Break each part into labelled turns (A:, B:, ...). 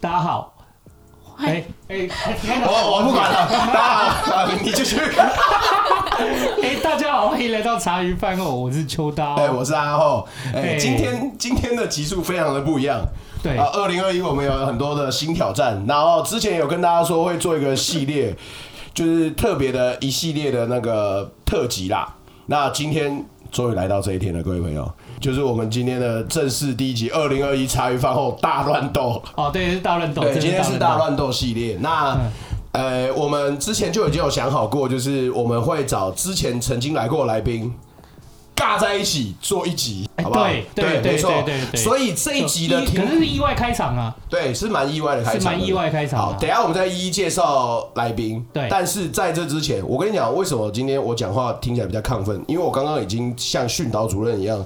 A: 大家好。哎哎 哎
B: 哦我我不 管了，大家好，你继续。
A: 哎，大家好，欢迎来到茶余饭后，我是秋刀。
B: 哎，我是阿后。哎，
A: 哎
B: 今天今天的集数非常的不一样。
A: 对
B: 啊，二零二一我们有很多的新挑战，然后之前有跟大家说会做一个系列，就是特别的一系列的那个特辑啦。那今天终于来到这一天了，各位朋友，就是我们今天的正式第一集，二零二一茶余饭后大乱斗。
A: 哦，对，是大嗯乱斗，
B: 对，
A: 真
B: 今天是大
A: 斗。
B: 乱斗系列。那、呃，我们之前就已经有想好过，就是我们会找之前曾经来过的来宾。尬在一起做一集，
A: 哎
B: 好不好？
A: 对对对
B: 没错
A: 对对。对
B: 所以这一集的
A: 意可
B: 听，
A: 是是意外开场啊，
B: 对，是蛮意外的开场
A: 是
B: 的，
A: 蛮意外开场
B: 好，
A: 啊
B: 等一下我们再一一介绍来宾。
A: 对
B: 但是在这之前，我跟你讲，为什么今天我讲话听起来比较亢奋？因为我刚刚已经像训导主任一样，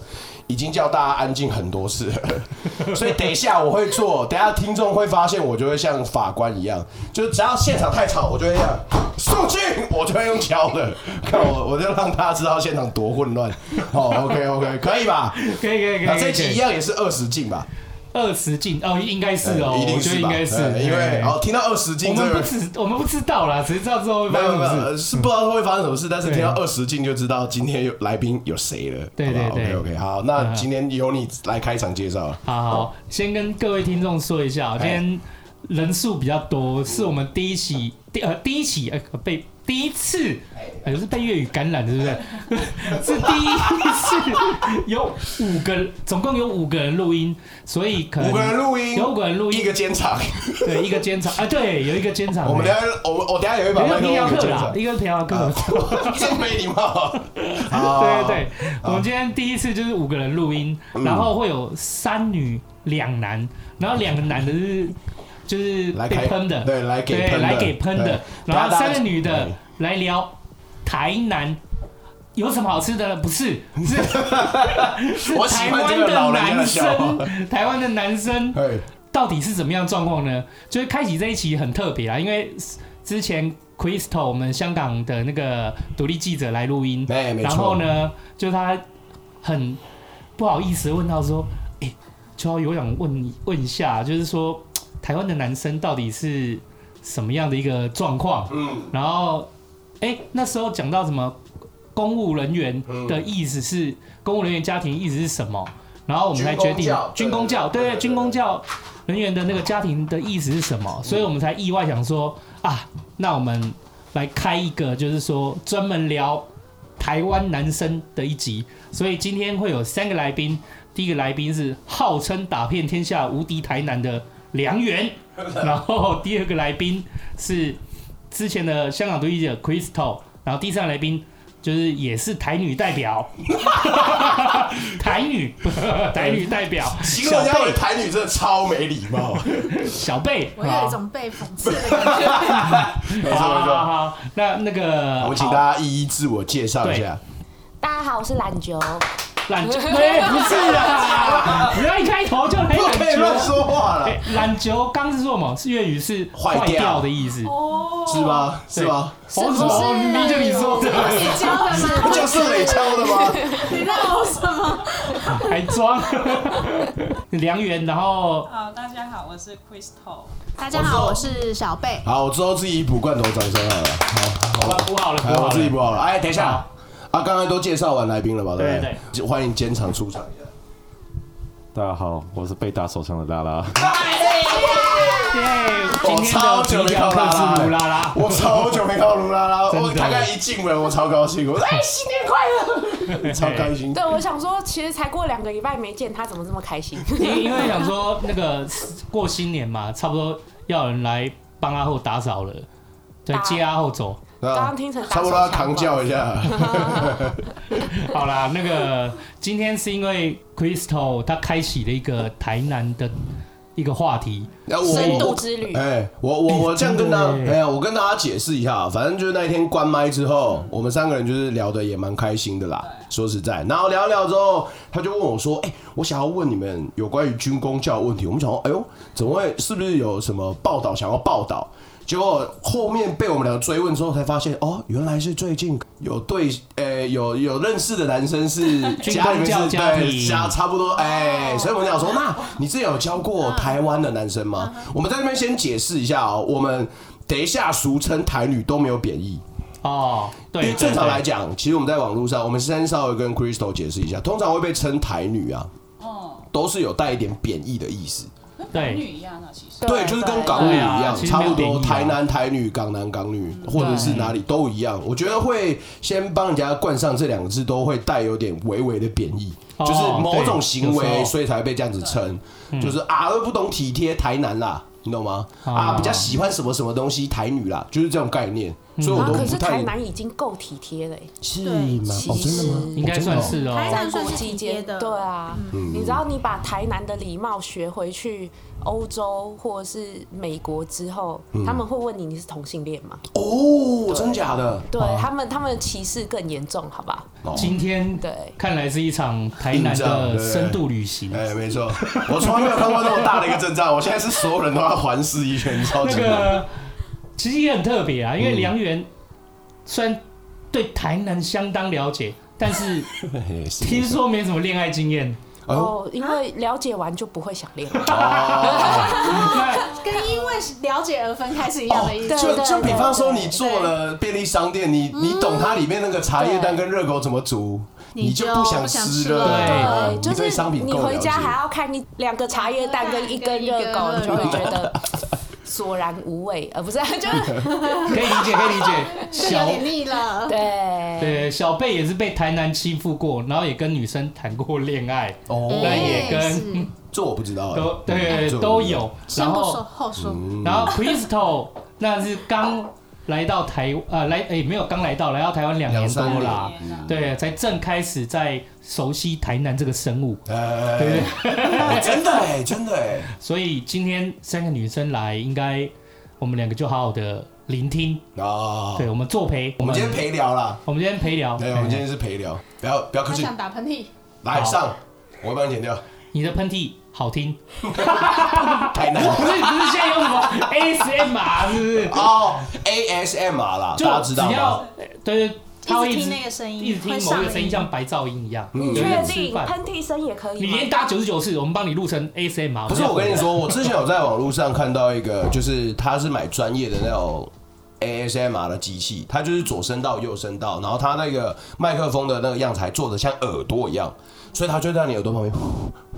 B: 已经叫大家安静很多次 了。所以等一下我会做，等一下听众会发现我就会像法官一样，就是只要现场太吵，我就会这样肃静，我就会用敲的。看我，我就让大家知道现场多混乱。哦，OK OK，可以吧？
A: 可以可以可以。可
B: 那啊这
A: 以
B: 集一样也是二十进吧？
A: 二十进哦，应该是哦，
B: 哎一定
A: 我觉得
B: 是
A: 应
B: 吧？
A: 该是
B: 哎，因为
A: 对
B: 哦，听到二十
A: 我
B: 进这
A: 们
B: 个
A: 不知我们不知道啦，只是知道之后会
B: 没
A: 发
B: 有
A: 生
B: 没
A: 什么
B: 有，呃
A: 事。
B: 是不知道会发生什么事，但是
A: 对
B: 听到二十进就知道今天有来宾有谁了，
A: 对对对嗯
B: o k OK，好，那今天由你来开场介绍，
A: 好好，先跟各位听众说一
B: 哎
A: 下，今天人数比较多，是我们第一期第呃第一期呃被第一次，
B: 哎
A: 呃是被粤语感染的，是不是？ 是第一次有五个，总共有五个人录音，所以可能
B: 五个人录音，
A: 有嗯五个人录音
B: 一个监场，
A: 对一个监场啊，对，有一个监场、
B: 我们等
A: 聊
B: 下我我等下也会把
A: 一个
B: 麦克
A: 平遥
B: 风给
A: 课
B: 监
A: 啊啦
B: 场，，
A: 一个平遥课。
B: 真没礼貌，
A: 对
B: 对
A: 对对，我们今天第一次就是五个人录音，
B: 哦嗯
A: 然后会有三女两男，然后两个男的是就是
B: 来
A: 被
B: 开
A: 喷的，
B: 对来给
A: 对
B: 喷的
A: 来给喷的，
B: 对
A: 然后
B: 大家嗯
A: 三个女的
B: 对
A: 来聊台南。有什么好吃的呢？不 是，是是
B: 我喜
A: 台
B: 欢
A: 湾
B: 这个老人家
A: 男
B: 的笑话
A: 生，台湾的男生
B: 对，
A: 到底是怎么样状况呢？就是开启这一期很特别啊啦，因为之前 Crystal 我们香港的那个独立记者来录音，
B: 哎，哎没错，
A: 然后？呢，就他很不好意思地问到说：“哎、秋瑶，我想问你问一下，就是说台湾的男生到底是什么样的一个状况？”
B: 嗯，
A: 然后，哎、那时候讲到什么公务人员
B: 嗯
A: 的意思是、公务人员家庭意思是什么？然后我们才决定
B: 军工
A: 军工教，
B: 教对
A: 对
B: 对对
A: 军工教人员的那个家庭的意思是什么？所以我们才意外想说啊，那我们来开一个，就是说专门聊台湾男生的一集。所以今天会有三个来宾，第一个来宾是号称打遍天下无敌台南的梁 元，然后第二个来宾是之前的香港独立记者 Crystal，然后第三个来宾就是也是台女代 表，台女台女代表
B: 形容
A: 小
B: 人家的
A: 贝
B: 台女真的超没礼 貌，
A: 小贝，
C: 我有一种被讽刺的感觉。
B: 没错没
A: 好好好
B: 错，
A: 好，那那个
B: 我们请
A: 好
B: 大家一一自我介绍一下，
D: 大家好，我是懒球。
A: 懒 球，对，哎不是啊，不要一开头就来
B: 不可以
A: 懒
B: 乱
A: 球。
B: 说啊话了
A: 哎，懒球刚是说嘛，是粤语是
B: 坏掉
A: 坏掉的意思。
C: 哦，
B: 是吗？是吗？
A: 我怎么明明就你说的，
C: 你教的
B: 不
C: 吗？
B: 就是伪敲的吗？
C: 你在吼什么？
A: 还装良缘，然后
E: 好，大家好，我是 Crystal。
C: 大家好，我是小贝。
B: 好，我之后自己补罐头掌声好了。好，好吧，
A: 补好了，补
B: 哎，
A: 好
B: 我自己
A: 了。
B: 补好了。哎，等一下
A: 好，
B: 啊，刚才都介绍完来宾了吧？对
A: 对
B: 不对？欢迎监场出场一下。
F: 大家好，我是被打手枪的拉拉。
A: 耶，今天的主角课是卢拉拉，
B: 我超久没看到卢拉拉，
A: 真的
B: 我大概一进门我超高兴，我说哎，新年快乐，超开心。
D: 对，我想说，其实才过两个礼拜没见他，怎么这么开心？
A: 因因为想说那个过新年嘛，差不多要有人来帮阿后打扫了，对，
D: 打
A: 接阿后走。
B: 对
D: 刚
B: 啊
D: 刚听成打手
B: 差不多要扛叫一 下，
A: 好啦，那个今天是因为 Crystal 他开启了一个台南的一个话题，
B: 然后
D: 深
B: 我
D: 度
B: 我
D: 之旅。
B: 哎，我我我这样跟
A: 哎
B: 他，
A: 真的耶
B: 哎呀，我跟大家解释一下，反正就是那一天关麦之后，我们三个人就是聊的也蛮开心的啦。说实在，然后聊一聊之后，他就问我说：“哎，我想要问你们有关于军工教的问题。”我们想说：“哎呦，怎么会？是不是有什么报道想要报道？”结果后面被我们俩追问之后，才发现哦，原来是最近有对呃、对，有有认识的男生是
A: 军
B: 家里面
A: 工教
B: 是
A: 家
B: 对
A: 庭哦
B: 家差不多，哎，所以我们想说，那你之前有教过台湾的男生吗？
A: 嗯
B: 我们在这边先解释一下哦，我们等一下俗称台女都没有贬义，
A: 哦，
B: 因
A: 对，
B: 为正常
A: 对
B: 来，讲，其实我们在网络上，我们先稍微跟 Crystal 解释一下，通常会被称台女啊，
E: 哦，
B: 都是有带一点贬义的意思。
E: 跟
A: 对
B: 哦
E: 港女一样啊，其实。
B: 对，就是跟港女一
A: 对啊
B: 样，
A: 其实
B: 差
A: 没有
B: 不
A: 贬义
B: 多，
A: 啊
B: 台南台女、港男港女，或者是哪里都一样。我觉得会先帮人家冠上这两个字，都会带有点微微的贬义，
A: 哦
B: 就是某种
A: 对
B: 行
A: 有时
B: 为，
A: 候嗯
B: 所以才会被这样子称，就是啊，都不懂体贴台南啦，你懂吗？
A: 哦
B: 啊，比较喜欢什么什么东西台女啦，就是这种概念，
A: 嗯
B: 所以我
D: 啊，
B: 都
D: 可
B: 不
D: 是
B: 太
D: 台南已经够体贴了耶，
B: 是
C: 对
B: 吗？
D: 其
B: 哦，真的吗
D: 实？
A: 应该
B: 哦真的
A: 算
B: 哦
A: 是
C: 台
A: 哦。
C: 南算是体贴的
D: 对啊，你知道你把台南的礼貌学回去欧洲或者是美国之后，他们会问你你是同性恋吗？
B: 哦，真假的？
D: 对他们，他们歧视更严重，好吧？
B: 哦
A: 今天
D: 对
A: 看来是一场台南
B: 硬仗
A: 的
B: 对不对
A: 深度旅行。啊
B: 哎，没错，我从来没有看过那么大的一个阵仗，我现在是所有人都要环视一圈，超
A: 那
B: 级的。
A: 个其实也很特别啊，因
B: 嗯
A: 为梁元虽然对台南相当了解，但 是
B: 嘿是
A: 听说没什么恋爱经 验。
B: 哎呦
D: 哦，因为了解完就不会想恋了。
B: 哦，
A: 那
C: 跟因为了解而分开是一样的意思。
D: 对
B: 就
D: 对
B: 就比方说，
D: 对
B: 你做了便利商店，你你懂它里面那个茶叶蛋跟热狗怎么煮，
C: 你
B: 你不
C: 就
B: 想
C: 不想
B: 吃
C: 吃
B: 了，
A: 了
B: 哦
D: 对，
A: 嗯
B: 你
D: 就
B: 对商
D: 是
B: 品
D: 你
B: 够
D: 回
B: 了解
D: 家。还要看你两个茶叶蛋跟一根热狗，你就会觉得索然无味，呃，不是，就是
A: 可以理解，可以理解。
C: 这有
A: 小
C: 点腻 了。
D: 对。
A: 对小贝也是被台南欺负过，然后也跟女生谈过恋爱，那
B: 哦，
A: 也
C: 哎
A: 跟
C: 是
B: 这我不知道哎，
A: 都对
B: 这我不知道
A: 都有。
C: 先
A: 然
C: 不说
A: 后嗯
C: 后说，
B: 嗯
A: 然后 Crystal 那是刚来到台呃来诶没有刚来到来到台湾两
B: 两
A: 年多
B: 三
A: 啦
B: 年，
E: 嗯
A: 对，才正开始在熟悉台南这个生物。
B: 哎，哎真的哎，真的哎，
A: 所以今天三个女生来，应该我们两个就好好的聆听，
B: 啊，
A: 对我们作陪。
B: 我们今天陪聊啦，
A: 我们今天陪聊。哎
B: 对，我们今天是陪聊，不要不要客
C: 他
B: 气，
C: 想打喷嚏，
B: 来
A: 好
B: 上，我会帮你剪掉，
A: 你的喷嚏好听，
B: 太难了
A: 啊不是 不是现在有什么 ASMR 是不是？
B: 哦，ASMR 啦， 大家知道
A: 只
B: 吗？
A: 要对对，他会
C: 一直
A: 一
C: 听
A: 直
C: 那个声音，
A: 一直听
C: 会
A: 某
C: 上
A: 一个声音，
C: 瘾
A: 像白噪音一样。
B: 嗯
A: 有
D: 确
A: 点
D: 定
A: 吃饭
D: 喷嚏声也可以
A: 你
D: 吗？
A: 连打九十九次，我们帮你录成 ASMR。
B: 不是，我跟你，说，我之前有在网络上看到一个，就是他是买专业的那种 ASMR 的机器，它就是左声道、右声道，然后它那个麦克风的那个样材做的像耳朵一样，所以它就在你耳朵旁边呼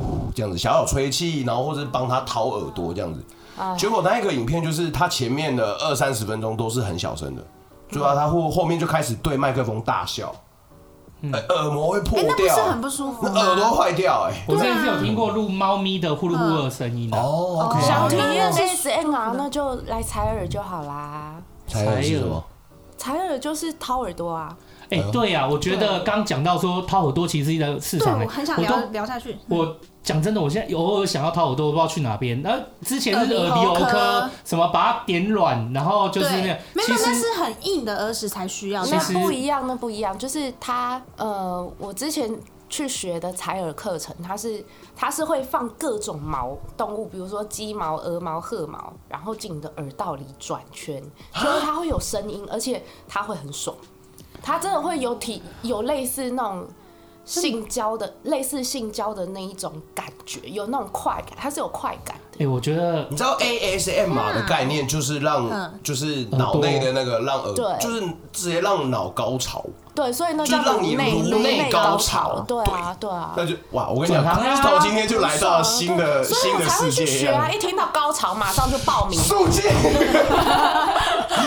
B: 呼这样子小小吹气，然后或者帮它掏耳朵这样子。
C: 啊
B: 结果那一个影片就是它前面的二三十分钟都是很小声的，最后它后后面就开始对麦克风大笑，呃耳膜会破
C: 哎，那不
B: 掉
A: 啊
B: 啊
C: 是，很不舒服
B: 那
C: 吗？
B: 耳朵坏掉哎、
A: 我之前是有听过录猫咪的呼噜呼噜的声音的。啊
B: 哦，OK，
D: 想体
C: 听
D: 验 ASMR，那就来采耳就好啦。
B: 才有是什么？
D: 采耳就是掏耳朵啊，
B: 嗯
A: 哎，对呀，我觉得刚讲到说掏耳朵其实是一个市
C: 对，
A: 场，哎
C: 我很想
A: 我
C: 聊
A: 都
C: 聊下去。
A: 我讲真的，我现在有偶尔想要掏耳朵，我不知道去哪边。然后之前是耳
C: 耳
A: 鼻
C: 鼻
A: 喉
C: 喉科
A: 科，什么把它点软，然后就是那
C: 对
A: 样，。
C: 没有，
A: 其
C: 那
A: 实
C: 是很硬的耳屎才需要的
D: 那。
A: 其实
D: 不一样，那不一样，就是它呃，我之前去学的采耳课程，它是它是会放各种毛动物，比如说鸡毛、鹅毛、鹤毛，然后进你的耳道里转圈，
B: 啊
D: 所以它会有声音，而且它会很爽，它真的会有体有类似那种。性交的类似性交的那一种感觉，有那种快感，它是有快感的。
A: 哎、我觉得
C: 哦
B: 你知道
D: 嗯
B: ASMR 的概念就是让
C: 嗯，
B: 就是脑内的那个让耳，
D: 对
B: 就是直接让脑高潮，
D: 对，所以那
B: 就
D: 叫
B: 是让你
D: 颅内
B: 颅
D: 颅
B: 内
D: 内
B: 高
D: 高
B: 潮
D: 潮。对啊，对啊。
B: 那就哇！我跟你讲，
A: 转行啊
B: Crystal 今天就来到新的
D: 哦所以
B: 新
D: 我
B: 的
D: 才
B: 世
D: 会去
B: 界一
D: 学
B: 样
D: 啊！，一听到高潮马上就报 名。
B: 速界，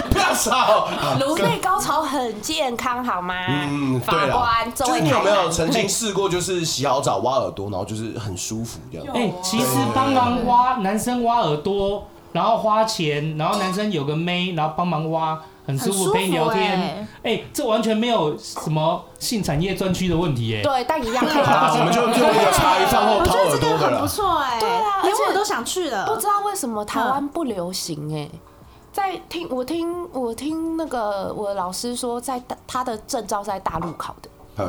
B: 不要吵。
D: 颅内高潮很健康，好吗？
B: 嗯，
D: 法
B: 对了
D: 官，，这
B: 就是
D: 位
B: 你有没有
D: 台
B: 曾经试过，就是洗好澡挖耳朵，然后就是很舒服这样？
A: 哎、其实帮忙挖男生挖耳朵，然后花钱，然后男生有个妹，然后帮忙挖，很舒
C: 很舒
A: 服，
C: 服
A: 陪你聊天。哎
C: 哎、
A: 这完全没有什么性产业专区的问题、哎，
D: 南对，但一样可以
B: 好啦，我们就就那个茶余饭后
C: 我
B: 掏
C: 觉得
B: 耳
C: 这
B: 朵
C: 个
B: 的
C: 很不
B: 了。
C: 错哎，
D: 对啊
C: 连
D: 而且
C: 我都想去了。
D: 不知道为什么台湾不流行哎、在听我听我听那个我的老师说在，他的证照是在大陆考的，
B: 哎，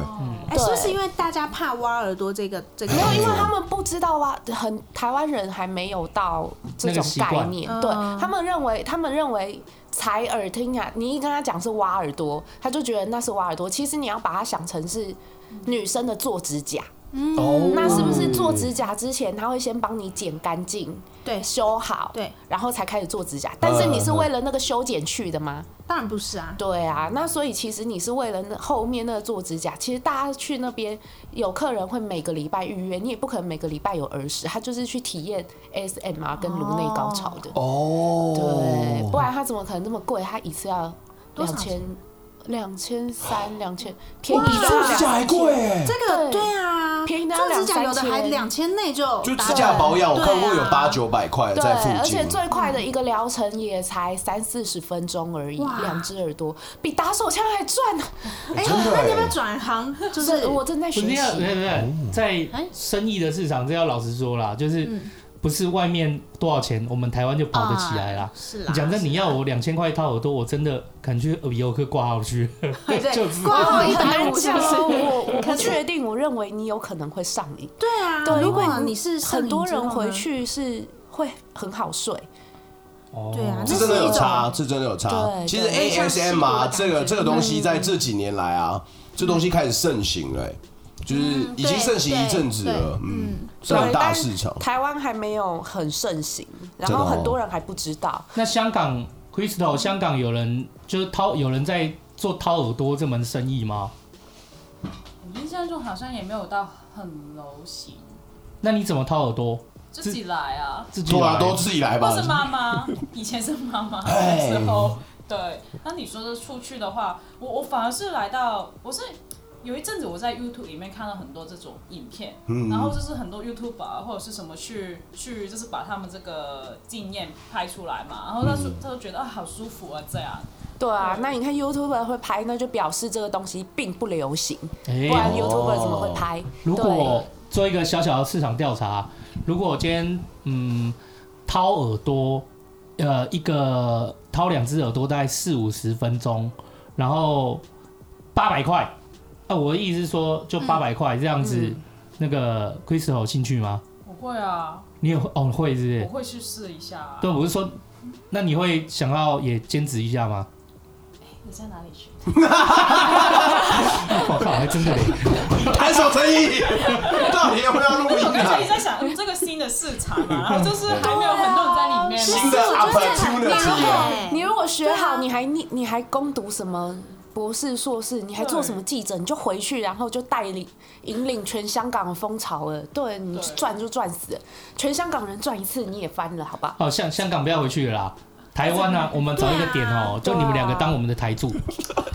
C: 哎，
D: 对
C: 是不是因为大家怕挖耳朵这个这个？
D: 没有，因为他们不知道啊，很台湾人还没有到这种概念，
C: 那个习惯
D: 对
C: 嗯
D: 他们认为，他们认为采耳听啊，你一跟他讲是挖耳朵，他就觉得那是挖耳朵。其实你要把它想成是女生的做指甲，
C: 嗯
A: 哦
D: 那是不是做指甲之前他会先帮你剪干净、
C: 对，
D: 修好，
C: 对，
D: 然后才开始做指甲？但是你是为了那个修剪去的吗？
C: 当然不是啊。
D: 对啊，那所以其实你是为了那后面那个做指甲，其实大家去那边有客人会每个礼拜预约，你也不可能每个礼拜有儿时，他就是去体验
C: 哦
D: SMR 跟颅内高潮的，对，
A: 哦，
D: 不然他怎么可能那么贵？他一次要
C: 多少
D: 两
C: 钱
D: 千、两千三、两千，便宜
B: 做
D: 到
B: 指甲还贵哎，
C: 这个
D: 对
C: 对啊，
D: 便宜到
C: 做指甲
D: 两三
C: 有的还
D: 千
C: 两千内就
B: 就指
C: 达
B: 甲
C: 到
B: 保养，我看过
C: 哦
B: 有
C: 对啊
B: 八九百块
D: 对，
B: 在附
D: 而且
B: 近。
D: 最快的一个疗程也才三四十分钟而已，
C: 哇
D: 两只耳朵比打手枪还赚呢、
C: 哎，
B: 真的
C: 那你要不要
B: 欸
C: 转行？就
D: 就是是我正在
A: 不
D: 学
A: 是要，
D: 习
A: 不。是不是在
C: 哎
A: 生意的市场，这要老实说啦，就是
C: 嗯
A: 不是外面多少钱，我们台湾就跑得起来啦
C: 啊。是啦
A: 你，讲真，你要我两千块一套耳朵，我真的敢去耳鼻喉科挂号去，就
C: 对，
A: 是
C: 挂 号一
D: 很
C: 百
D: 难
C: 五是
D: 讲
C: 不
D: 哦，
C: 是？
D: 我 我不确定，我认为你有可能会上瘾。
C: 对啊，
D: 对
C: 如
D: 因
C: 果
D: 为
C: 你是上
D: 很多
C: 瘾之
D: 人
C: 后
D: 回
C: 呢，
D: 去是会很好睡，
A: 哦
C: 对啊
B: 这真的有差，这真的有差。
D: 对
B: 其实
C: 对
B: ASM
C: 像吸毒的
B: 啊，
C: 感觉
B: 这个这个东西在这几年来啊，这东西开始盛行了欸，就是已经盛行一阵子了，嗯，是很大市场。
D: 台湾还没有很盛行，然
B: 真的
D: 后
B: 哦
D: 很多人还不知道。
A: 那香港 Crystal，香港有人就是掏，有人在做掏耳朵这门生意吗？
E: 我印象中好像也没有到很流行，
A: 那你怎么掏耳朵？
E: 自己来啊，
A: 自己
B: 对啊，
A: 来
B: 都自己来吧
E: 或。是妈妈，以前是妈妈的
B: 哎
E: 时候，对。那你说的出去的话，我我反而是来到，我是有一阵子我在 YouTube 里面看到很多这种影片，
B: 嗯
E: 然后就是很多 YouTube 啊或者是什么去去就是把他们这个经验拍出来嘛，然后他说、他就觉得啊好舒服啊这样，
D: 对啊，
E: 对
D: 那你看 YouTube 会拍，那就表示这个东西并不流行，
A: 哎
D: 不
C: 啊
D: 然
B: 哦
D: YouTube 怎么会拍？
A: 如
D: 对
A: 果做一个小小的市场调查，如果今天嗯掏耳朵，呃，一个掏两只耳朵大概四五十分钟，然后八百块，啊，我的意思是说就八百块这样子，那个 Crystal 有兴趣吗？
E: 我会啊，
A: 你也会哦会是不
E: 我
A: 是？
E: 会去试一下、啊。
A: 对，我是说，那你会想要也兼职一下吗？
E: 你在哪里学？
A: 我靠，还真的耶，
B: 弹手陈毅，到底要不要录音
E: 我刚才
B: 啊
E: 一直？在想，嗯这个新的市场嘛，然后就是还没有很多人在里面嘛。
B: 新的
C: 我觉得这很
D: 然
B: opportunity 啊
D: 后
C: 对
D: 你如果学
C: 对啊
D: 好，你还你你还攻读什么博士、硕士，你还做什么记者，你就回去，然后就带领引领全香港的风潮了。对你
E: 对
D: 赚就赚死了，全香港人赚一次你也翻了，好不好？
A: 哦，香香港不要回去了啦，台湾啊，我们找一个点哦，就
D: 对啊
A: 你们两个当我们的台柱，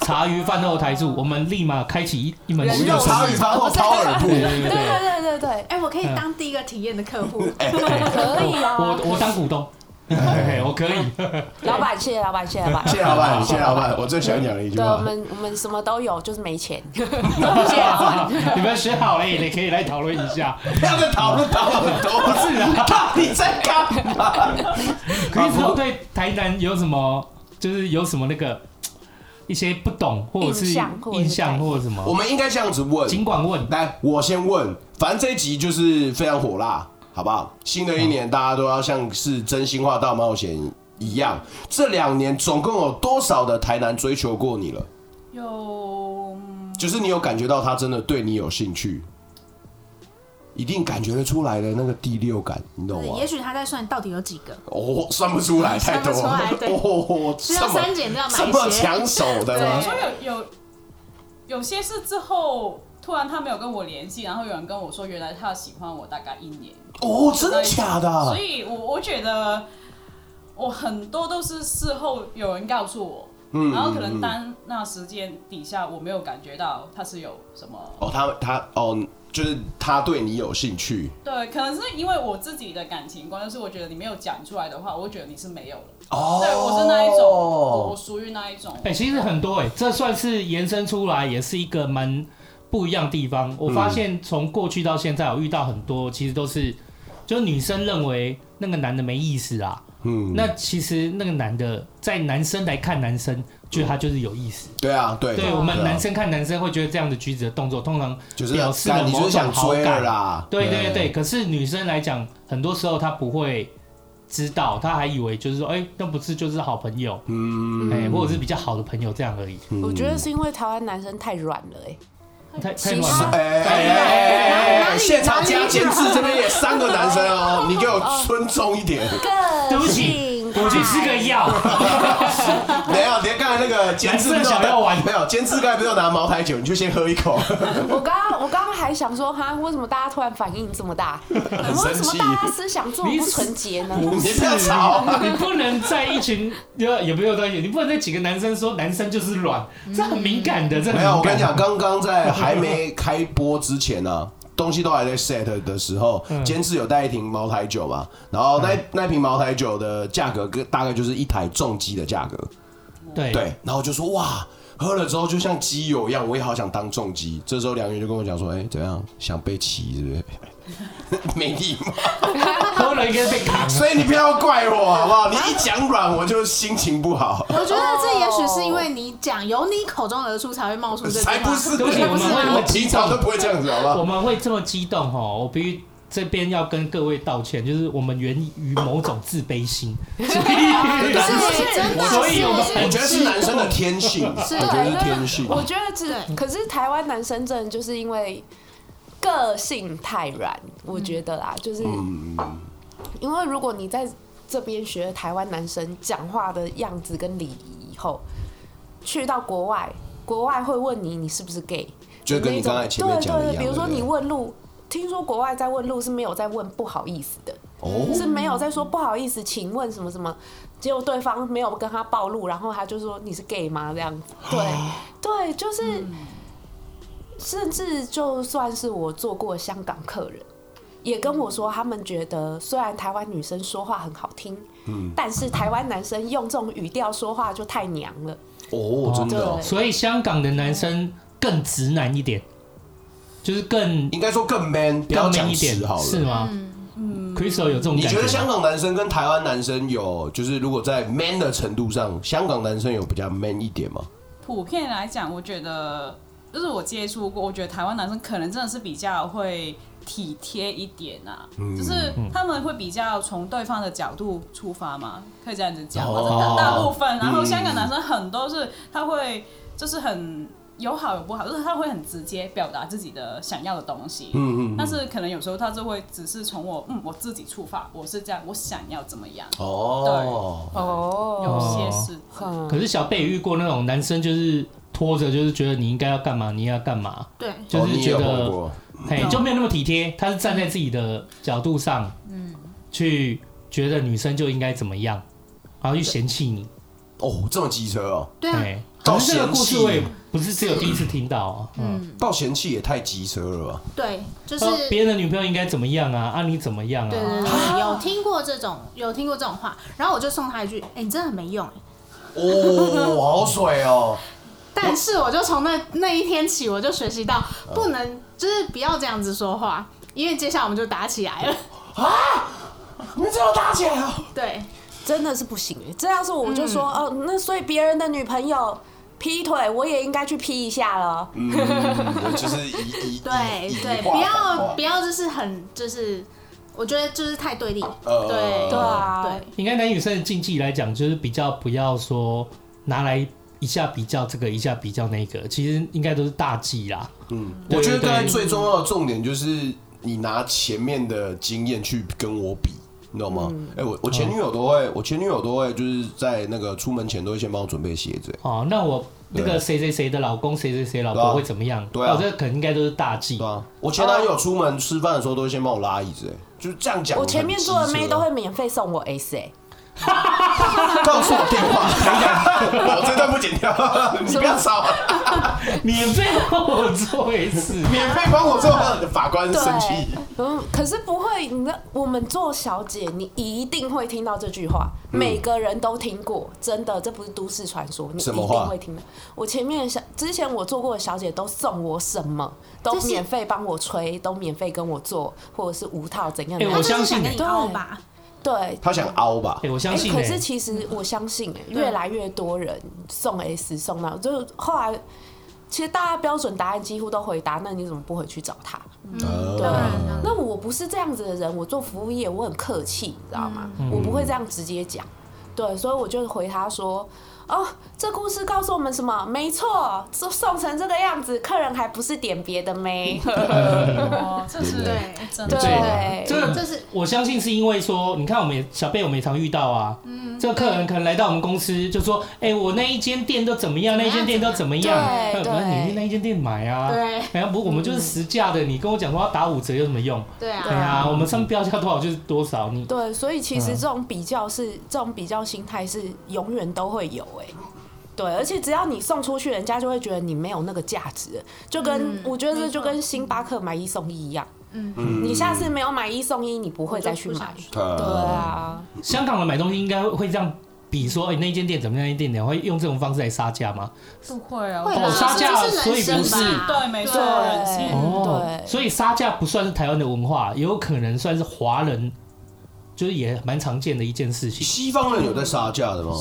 A: 茶余饭后台柱，我们立马开启一一门
B: 我
A: 新
B: 们
A: 的
B: 有茶
A: 生
B: 语
A: 意。
B: 法后掏耳布，
A: 对
C: 哎
A: 对对，
D: 对对对对对，
C: 哎，我可以
B: 嗯
C: 当第一个体验的客户，
B: 哎
D: 可以啊
A: 我！我当股东，嘿我可以。
D: 老板，谢谢老板，谢谢老 板。
B: 谢谢老板，谢谢老板，我最喜欢讲的一句
D: 对，
B: 话。
D: 我们我们什么都有，就是没钱。谢
A: 嗯
D: 谢老板。
A: 你们学好了也可以来讨论一下。
B: 不要再讨论讨论多次了，到底在干嘛？
A: 可以说对台南有什么，就是有什么那个一些不懂或者是
D: 印象或者是
A: 印象
D: 概念
A: 或者什
B: 我
A: 么，
B: 们应该这样子问，
A: 尽管问。
B: 来，我先问，反正这一集就是非常火辣，好不好？新的一年大家都要像是真心话大冒险一样，这两年总共有多少的台南追求过你了？
E: 有
B: 就是你有感觉到他真的对你有兴趣，一定感觉得出来的那个第六感，你懂
C: 对
B: 吗
C: 也？许他在算到底有几个，
B: 哦，算不出来，太多了，
C: 算不出来对
B: 哦，
C: 需
B: 这
C: 要
B: 么
C: 删减掉哪
B: 这
C: 一
B: 么
C: 些？
B: 抢手的吗
E: 我？说有有有些是之后突然他没有跟我联系，然后有人跟我说原来他喜欢我大概一年，
B: 哦，真的假的啊
E: 所？以我我觉得我很多都是事后有人告诉我，
B: 嗯
E: 然后可能
B: 嗯
E: 当那时间底下我没有感觉到他是有什么，
B: 哦，他他哦，就是他对你有兴趣
E: 对，可能是因为我自己的感情观，就是我觉得你没有讲出来的话，我觉得你是没有了，
B: 哦。
E: 对我是那一种，我我属于那一种，
A: 哎、其实很多哎、这算是延伸出来，也是一个蛮不一样的地方。
B: 嗯
A: 我发现从过去到现在，我遇到很多，其实都是，就女生认为那个男的没意思啊。
B: 嗯
A: 那其实那个男的在男生来看男生，就他就是有意思。
B: 对啊，对，
A: 对我们
B: 啊
A: 男生看男生会觉得这样的举止的动作，通常
B: 就是
A: 表示
B: 干
A: 了
B: 你就
A: 某
B: 是
A: 种
B: 想
A: 好
B: 追了啊
A: 感。
B: 啦，
A: 对对对，可是女生来讲，很多时候她不会知道，她还以为就是说，哎、那不是就是好朋友，
B: 嗯，
A: 哎、或者是比较好的朋友这样而已。
D: 我觉得是因为台湾男生太软了、欸，
A: 太太
D: 其
A: 乱
D: 实
A: 了。
B: 哎哎哎哎，现场加监制这边也三个男 生哦，你给我尊重一点。
D: 哎，
A: 对不起，我去吃个药。
B: 没有，你看刚才那个监制
A: 蓝色小药丸
B: 没有，监制刚才不是有拿茅台酒，你就先喝一口。
D: 我刚刚我刚刚还想说，哈，为什么大家突然反应这么大？为什么大家思想这么不纯洁呢？
B: 你 不要吵，啊
A: 你不能在一群也也没有到一群，你不能在几个男生说男生就是软，这很敏感的，这很
B: 嗯没有，
A: 敏
B: 我跟
A: 感
B: 你讲，，刚刚在还没开播之前呢、啊，东西都还在 set 的时候，
A: 嗯
B: 监制有带一瓶茅台酒嘛，然后那、那瓶茅台酒的价格跟大概就是一台重机的价格，
A: 对
B: 对，哎然后我就说哇。喝了之后就像基友一样，我也好想当重击。这时候梁云就跟我讲说：“哎、怎样想被骑是不是？ 没礼貌，
A: 喝了应该被卡。
B: 所以你不要怪我好不好？你一讲软我就心情不好，
C: 我觉得这也许是因为你讲由你口中而出才会冒出这句话
B: 才不 是，
A: 对不起我们会那么
B: 我平常都不会这样子好不
A: 我
B: 好？
A: 们会这么激动哦，我必须这边要跟各位道歉，就是我们源于某种自卑心，所以
C: 是真的，
A: 所以我们啊
B: 我
A: 很
B: 觉得是男生的天性，我
C: 是
B: 觉得是天性。
D: 我觉得
A: 嗯
D: 是，可是台湾男生真的就是因为个性太软，我觉得啦，就是
B: 嗯
D: 因为如果你在这边学台湾男生讲话的样子跟礼仪以后，去到国外，国外会问你你是不是 gay，
B: 就跟你刚才前面讲的一
D: 对
B: 样，
D: 对对，比如说
B: 对
D: 你
B: 不对
D: 问路，听说国外在问路是没有在问不好意思的，
B: 哦，
D: 是没有在说不好意思，请问什么什么，结果对方没有跟他暴露，然后他就说你是 gay 吗？这样子，对对，就是，甚至就算是我做过香港客人。也跟我说，他们觉得虽然台湾女生说话很好听，但是台湾男生用这种语调说话就太娘了。
B: 哦，真的哦，
D: 对
A: 所以香港的男生更直男一点，就是更
B: 应该说更 man，不
A: 比
B: 要
A: 较
B: 讲
A: 一点
B: 直好，了
A: 是。吗？嗯，Crystal 有这种
B: 你
A: 感
B: 觉得
A: 吗
B: 香港男生跟台湾男生有，就是如果在 man 的程度上，香港男生有比较 man 一点吗？
E: 普遍来讲，我觉得就是我接触过，我觉得台湾男生可能真的是比较会体贴一点啊，
B: 嗯
E: 就是他们会比较从对方的角度出发嘛，可以这样子讲嘛，
B: 哦
E: 真的大部分。然后
B: 嗯
E: 香港男生很多是他会就是很。有好有不好，就是他会很直接表达自己的想要的东西，
B: 嗯嗯嗯
E: 但是可能有时候他就会只是从我，嗯，我自己出发，我是这样，我想要怎么样，
B: 哦，
E: 有
D: 哦，
E: 些是
D: 嗯
A: 可是小贝也遇过那种男生，就是拖着，就是觉得你应该要干嘛，你要干嘛，
C: 对，
A: 就
B: 哦
A: 是
B: 你也
A: 觉
B: 有碰
A: 得，
B: 过
C: 嗯
A: 嘿，就没有那么体贴。他是站在自己的角度上，嗯，去觉得女生就应该怎么样，然后去嫌弃你。
B: 哦，这么机车哦，
C: 对啊，
A: 哎，
B: 到
A: 可是这个故
B: 嫌
A: 事
B: 弃
A: 我也不是只有第一次听到啊。嗯，
B: 到嫌弃也太机车了吧？
C: 对，就是
A: 说别人的女朋友应该怎么样啊？啊，你怎么样
C: 对
A: 啊？
C: 对对，有听过这种，有听过这种话，然后我就送他一句：“哎、你真的很没用。
B: 哦，好水哦，”
C: 但是我就从那那一天起，我就学习到不能，就是不要这样子说话，因为接下来我们就打起来 了。
B: 你们这样打起来哦。
C: 对，
D: 真的是不行欸这要是我就说、哦，那所以别人的女朋友劈腿，我也应该去劈一下了。
B: 嗯，就是以以以
C: 对
B: 以
C: 对，
B: 话
C: 不
B: 反话
C: 要不要，就是很就是，我觉得就是太对立。
B: 呃
C: 对
D: 对啊
C: 对，
A: 应该男女生的禁忌来讲，就是比较不要说拿来一下比较这个，一下比较那个，其实应该都是大忌啦。
B: 嗯，
A: 对
B: 我觉得
A: 对
B: 刚才最重要的重点就是你拿前面的经验去跟我比。你懂吗？哎、我我前女友都会，我前女友都会，就是在那个出门前都会先帮我准备鞋子、
A: 哦，那我那
B: 对
A: 个谁谁谁的老公，谁谁谁老
B: 对啊
A: 婆会怎么样？
B: 对啊
A: 哦这个可能应该都是大忌
B: 对。啊，我前男友出门吃饭的时候都会先帮我拉椅子、哎，就是这样讲。
D: 我前面坐的妹都
B: 很哦啊
D: 会免费送我 S 哎、
B: 机车告诉我电话， 我这段不剪掉，你不要吵，
A: 免费帮我做一 次，
B: 免费帮我做，法官生气。
D: 嗯，可是不会，你的我们做小姐，你一定会听到这句话，
A: 嗯
D: 每个人都听过，真的，这不是都市传说，你一
B: 什么
D: 定
B: 话
D: 会听到。我前面的小，之前我做过的小姐都送我什么，都
C: 这是
D: 免费帮我吹，都免费跟我做，或者是无套怎样
A: 嗯哎
D: 的。
A: 我
C: 他就是
A: 相信
C: 想跟
A: 你
C: 你傲吧，
D: 对，
B: 他想凹吧
A: 哎、？我相
D: 哎，
A: 信、欸，嗯
D: 可是其实我相信、哎，越来越多人送 S 送到，就是后来其实大家标准答案几乎都回答，那你怎么不回去找他？
C: 嗯
B: 哦
C: 当然当然
D: 那我不是这样子的人，我做服务业我很客气，你知道吗？
C: 嗯
D: 我不会这样直接讲，对，所以我就回他说。哦，这故事告诉我们什么？没错，这送成这个样子，客人还不是点别的没？
C: 嗯
E: 哦，这是
C: 对
E: 真的。
D: 对，
A: 这个
C: 这是
A: 我相信是因为说，你看我们也小贝，我们也常遇到啊，
D: 嗯
A: 这个客人可能来到我们公司就说，哎、我那一间店都怎么样，那一间店都怎么样，那那你
D: 对对
A: 去哎那一间店买啊，
C: 对
A: 然后不，我们就是实价的，你跟我讲说要打五折有什么用？
C: 对啊
A: 对啊，我们上面标价多少就是多少，你
D: 对，所以其实这种比较是、这种比较心态是永远都会有哎、对，而且只要你送出去，人家就会觉得你没有那个价值，就跟、
C: 嗯
D: 我觉得这就跟星巴克买一送一一样，
B: 嗯
D: 你下次没有买一送一，你不会再
C: 嗯
D: 去
C: 我就不
D: 买
C: 想。去
D: 对啊，
A: 香港人买东西应该会这样比说，哎、那一间店怎么样，那一间店怎么样会用这种方式来杀价吗？
E: 不会啊，
C: 会
E: 我
C: 吧
A: 哦杀价
C: 这是
A: 所以
C: 人
A: 不
C: 生
A: 是
C: 吧？
E: 对没错
C: 对
E: 人性
D: 对，
A: 哦，
D: 对
A: 所以杀价不算是台湾的文化，也有可能算是华人，就是也蛮常见的一件事情。
B: 西方人有在杀价的吗？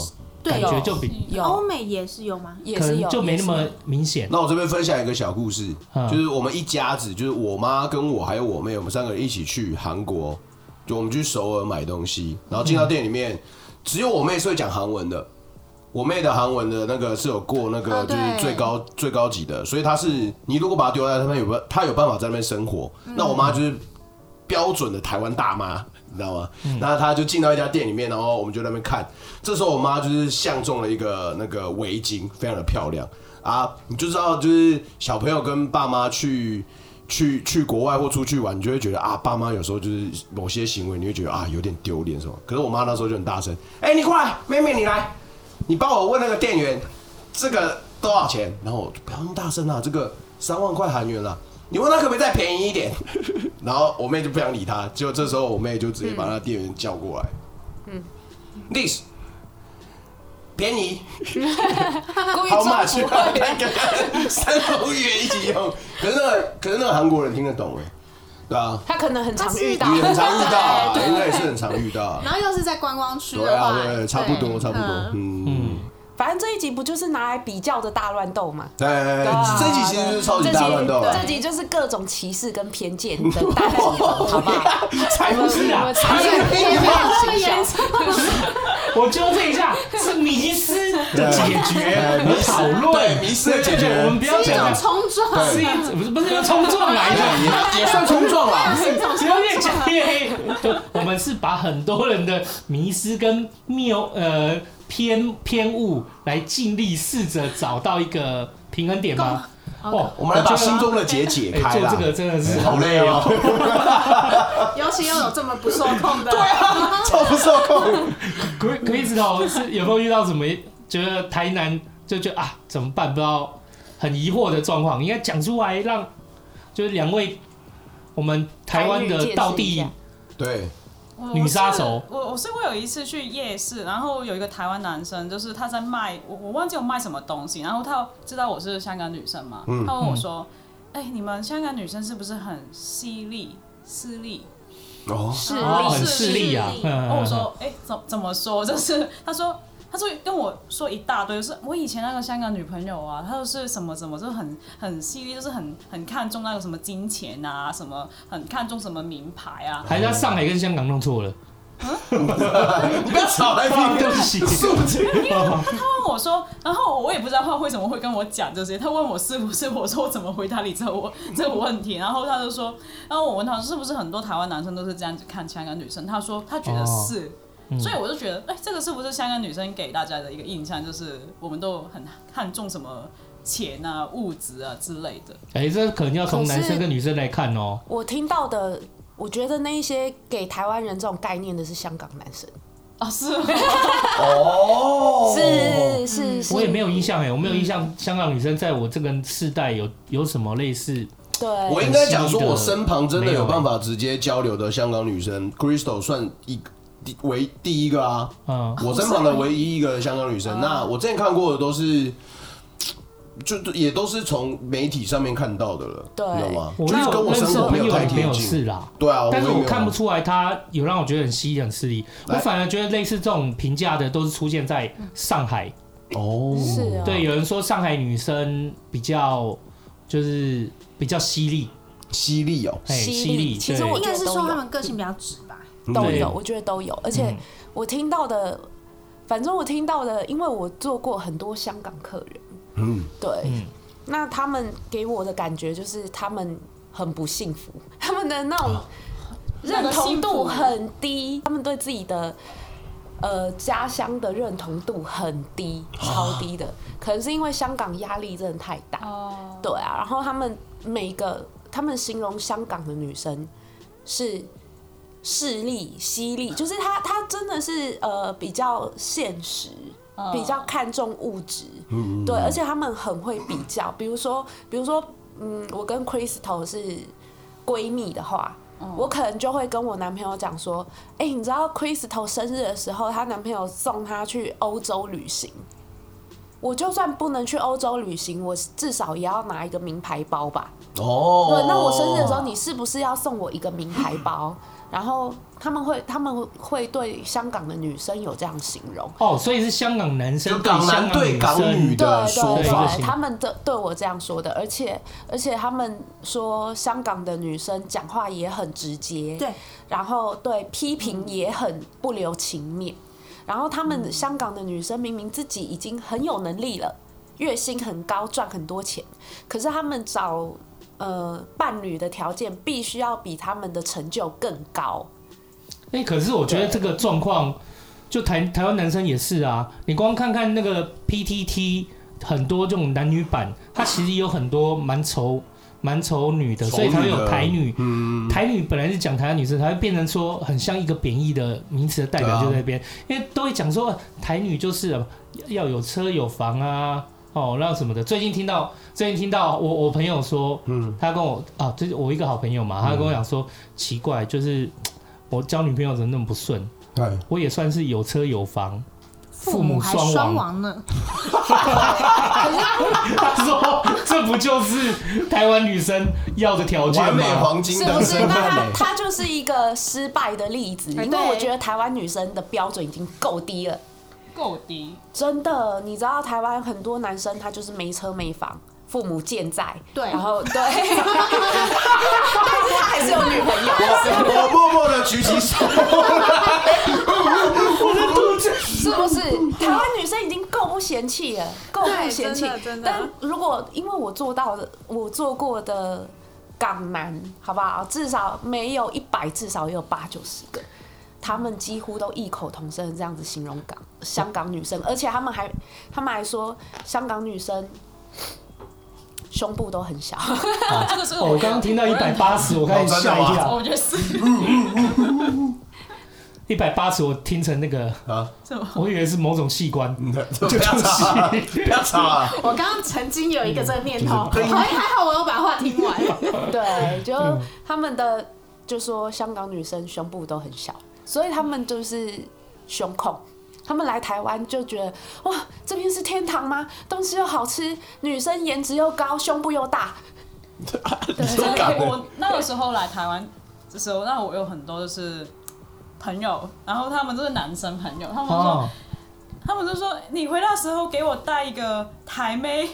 A: 感
D: 有
A: 觉就比
C: 欧
D: 哦有
C: 美也是有吗？
D: 也
A: 可
D: 是
A: 能
D: 有，
A: 就没
D: 也
A: 那
D: 是
A: 么
D: 有
A: 明显。
B: 那我这边分享一个小故事，
A: 嗯
B: 就是我们一家子，就是我妈跟我还有我妹，我们三个人一起去韩国，就我们去首尔买东西，然后进到店里面，只有我妹是会讲韩文的，我妹的韩文的那个是有过那个
C: 啊
B: 就
C: 对
B: 是最高、最高级的，所以她是你如果把她丢在那边有办她有办法在那边生活，那我妈就是标准的台湾大妈，你知道吗？那她就进到一家店里面，然后我们就在那边看。这时候我妈就是相中了一个那个围巾，非常的漂亮啊！你就知道，就是小朋友跟爸妈去去去国外或出去玩，你就会觉得啊，爸妈有时候就是某些行为，你会觉得啊有点丢脸什么。可是我妈那时候就很大声：“哎、你过来，妹妹你来，你帮我问那个店员，这个多少钱？”然后我就不要那么大声啊，这个三万块韩元啦、啊你问他可不可以再便宜一点？ 然后我妹就不想理他，结果这时候我妹就直接把那店员叫过来，嗯，this 便宜
D: 故意
B: ，how
D: 装
B: much？
D: 不会。
B: 那个 三种语言一起用，可是那个可是那个韩国人听得懂哎，对啊，
D: 他可能很常
C: 他是
D: 遇到，
B: 你很常遇到啊，
C: 对
B: 应该也是很常遇到啊，
C: 然后又是在观光区
B: 对
C: 的
B: 啊，
C: 话，
B: 对对，差不多差不多，
C: 嗯
B: 嗯，
D: 反正这一集不就是拿来比较的大乱斗吗？
B: 对，
D: 啊
B: 这集其实就是超级大乱斗啊，
D: 这集就是各种歧视跟偏见的 大集 合，好吧？
A: 才不是啊！
D: 才
A: 我纠正一下，是迷失的解决，
B: 迷失
A: 讨
B: 对
A: 论
B: 迷失啊的解
A: 对
B: 决
A: 对对我们不要
C: 是一
A: 讲
C: 种冲撞，
A: 是一不是不是要冲撞来的。
B: 也也算冲撞啊啦，
A: 不要越讲越黑，就 我们是把很多人的迷失跟谬呃偏偏误来尽力试着找到一个平衡点吗？哦，
B: 我们来把
A: 觉得
B: 心中的结解
A: 哎
B: 开
A: 做
B: 啦
A: 这，个真的是
B: 好累哦。
C: 尤其又有这么不受控的，对 啊，
B: 超不受控。
A: 可可以知道是有没有遇到什么觉得台南就觉得啊怎么办不知道很疑惑的状况，应该讲出来让就是两位我们台湾
D: 台女见
A: 的
D: 识
A: 道
D: 一
A: 地
D: 下
B: 对，
E: 我
A: 哦女杀
E: 是
A: 手
E: 我我是我有一次去夜市，然后有一个台湾男生，就是他在卖，我我忘记我卖什么东西，然后他知道我是香港女生嘛，他问我说：“哎、你们香港女生是不是很犀利、势利？”
B: 哦，
D: 势
A: 哦
D: 力
A: 很势利啊
C: 势力，
D: 哦
E: 然后我
A: 嗯，
E: 说，哎、怎怎么说？ 就是他说，他说跟我说一大堆，就是我以前那个香港女朋友啊，她就是什么什么，就是很很犀利，就是很很看重那个什么金钱啊，什么很看重什么名牌啊。
A: 还是他上海跟香港弄错了，
B: 你 不要吵来
A: 啊
B: 宾，
A: 对不起，
E: 他问我说，然后我也不知道他为什么会跟我讲这些。他问我是不是，我说我怎么回答你这个 问这个问题？然后他就说，然后我问他是不是很多台湾男生都是这样子看香港女生？他说他觉得是。所以我就觉得，哎、这个是不是香港女生给大家的一个印象，就是我们都很看重什么钱啊、物质啊之类的？
A: 哎，这可能要从男生跟女生来看哦，
D: 我听到的，我觉得那一些给台湾人这种概念的是香港男生，
E: 啊，是吗
B: 哦，
D: 是是嗯是，
A: 我也没有印象哎，我没有印象香港女生在我这个世代有有什么类似
D: 对，
B: 我应该讲说，我身旁真的有办法直接交流的香港女生，Crystal 算一第唯第一个啊，
D: 哦
A: 嗯
B: 我身旁的唯一一个香港女生。那我之前看过的都是。就就也都是从媒体上面看到的了，
D: 对
B: 你知道吗？
A: 我
B: 就
A: 那
B: 是跟
A: 我
B: 我
A: 认
B: 生
A: 识
B: 活
A: 的
B: 没
A: 朋
B: 有
A: 友
B: 太
A: 里没
B: 贴
A: 有
B: 近。
A: 事啦，
B: 对啊，
A: 但是
B: 我
A: 我
B: 也没有
A: 看不出来他有让我觉得很犀利、很势利。我
B: 来
A: 反而觉得类似这种评价的都是出现在上海。
B: 哦，
D: 是啊，
A: 对，有人说上海女生比较就是比较犀利，
B: 犀利哦，
A: 哎，
D: 犀利
A: 犀利。
D: 其实
A: 对
D: 我
C: 应该是
D: 我觉得
C: 说
D: 都有
C: 他们个性比较直吧。
D: 都
A: 对
D: 有，我觉得都有。而且
A: 嗯
D: 我听到的，反正我听到的，因为我做过很多香港客人，
B: 嗯，
D: 对，
A: 嗯
D: 那他们给我的感觉就是他们很不幸福， 他们的那种
A: 啊
D: 认同度很低，他们对自己的。呃，家乡的认同度很低，
A: 啊
D: 超低的，可能是因为香港压力真的太大，
E: 哦，
D: 对啊，然后他们每一个，他们形容香港的女生是势利、犀利，就是她她真的是呃比较现实，比较看重物质，对，而且他们很会比较，比如说比如说嗯，我跟 Crystal 是闺蜜的话。我可能就会跟我男朋友讲说，哎、你知道 Crystal 生日的时候，她男朋友送她去欧洲旅行，我就算不能去欧洲旅行，我至少也要拿一个名牌包吧。
B: 哦，
D: 对，那我生日的时候，你是不是要送我一个名牌包？然后他们会他们会对香港的女生有这样形容，
A: 哦，所以是香港男
B: 就
A: 生
B: 港
A: 香
B: 男
A: 港
B: 对港
A: 生，
B: 女
D: 对
B: 的说
D: 对
B: 法
A: 对，
D: 对，他们的对我这样说的，而且而且他们说香港的女生讲话也很直接，
C: 对，
D: 然后对批评也很不留情面，然后他
C: 嗯
D: 们香港的女生明明自己已经很有能力了，月薪很高，赚很多钱，可是他们找呃伴侣的条件必须要比他们的成就更高，
A: 哎、可是我觉得这个状况，就台台湾男生也是啊。你光看看那个 PTT，很多这种男女版，它其实有很多蛮丑蛮丑女的，
B: 丑
A: 所以才会
B: 女
A: 有
B: 的
A: 台女。
B: 嗯
A: 台女本来是讲台湾女生，才会变成说很像一个贬义的名词的代表
B: 对啊
A: 就在那边，因为都会讲说呃台女就是呃要有车有房啊。哦，那什么的，最近听到，最近听到我我朋友说，嗯，他跟我啊，这是我一个好朋友嘛，
B: 嗯
A: 他跟我讲说，奇怪，就是我交女朋友怎么那么不顺？
B: 对，
A: 我也算是有车有房， 父母
C: 还
A: 双
C: 双
A: 亡。
C: 亡呢，
A: 他说：“这不就是台湾女生要的条件
B: 完美
A: 吗
B: 黄金
D: 是
B: 单
D: 不是？
B: 身
D: 那
B: 汉
D: 他
B: 呢？
D: 他就是一个失败的例子，
C: 哎
D: 因
C: 对
D: 为我觉得台湾女生的标准已经够低了。
E: 够低，
D: 真的，你知道台湾很多男生他就是没车没房，父母健在，
C: 对
D: 然后对，但是他还是有女朋友，
B: 我默默的举起手，
D: 是不 是？台湾女生已经够不嫌弃了，够不嫌弃
C: 对真的真。的
D: 但如果因为我做到的，我做过的港男，好不好？至少没有一百，至少也有八九十个。他们几乎都异口同声的这样子形容港香港女生，而且他们还他们还说香港女生胸部都很小，
E: 啊这个是？”
A: 哦我刚刚听到一百八十，我刚才
B: 哦
A: 吓一
E: 我
A: 跳，
E: 我觉得是
A: 一百八十我听成那个
B: 啊，
E: 什么？
A: 我以为是某种器官，
B: 就不要吵了， 不要吵啊了。
C: 我刚刚曾经有一个这个念
A: 嗯
C: 头，
B: 就是
C: 好哎还好我有把话听完。
D: 对，就他们的就说香港女生胸部都很小，所以他们就是胸控。他们来台湾就觉得哇，这边是天堂吗？东西又好吃，女生颜值又高，胸部又大，
E: 所
B: 真
E: 以
B: 敢欸
E: 我那个时候来台湾的时候，那我有很多就是朋友，然后他们都是男生朋友，他们说、
A: 哦，
E: 他们就说你回到时候给我带一个台妹，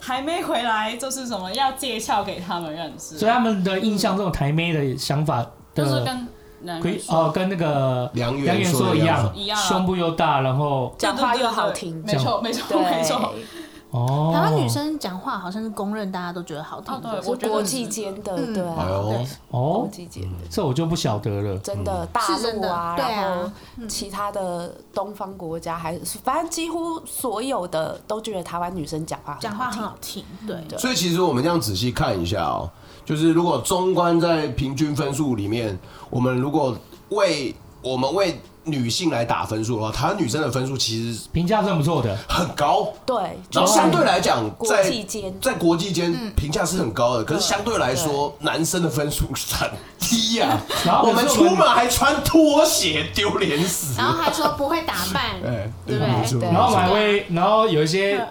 E: 台妹回来就是什么要介绍给他们认识，
A: 所以他们的印象，这种台妹的想法
E: 就是
A: 的，
E: 跟男
A: 可以
E: 人说
A: 哦，跟那个
B: 梁元
A: 元
B: 说的
A: 一
B: 样
A: 样，
E: 子一样啊
A: 胸部又大，然后
D: 讲话又好听。
E: 对对对没错没错没错，
D: 对，
A: 哦，
C: 台湾女生讲话好像是公认大家都觉得好听
E: 哦
C: 的，
E: 对我觉得
D: 国际间的，
C: 嗯
D: 对
B: 哎
D: 啊，
B: 呦，
D: 国
A: 哦，
D: 际间的，
A: 这我就不晓得了。
D: 真的大
C: 是真
D: 陆
C: 的
D: 啊，
C: 对啊
D: 然后
E: 嗯
D: 其他的东方国家还是，反正几乎所有的都觉得台湾女生讲话
C: 讲话很
D: 听
C: 好听，对，
B: 所以其实我们这样仔细看一下哦、就是如果中观在平均分数里面，我们如果为我们为女性来打分数的话，台湾女生的分数其实
A: 评价算不错的，
B: 很高，
D: 对，
B: 然后相对来讲，
D: 哦国
B: 在
D: 际间嗯
B: 在国际间评价是很高的，可是相对来说，男生的分数很低呀、
A: 然
B: 啊。
A: 后
B: 我们
A: 可是
B: 出门还穿拖鞋，丢脸死
C: 然。后还说不会打扮，
B: 哎，
C: 对不
B: 没错
C: 对？
D: 对
A: 然后我们还会，然后有一些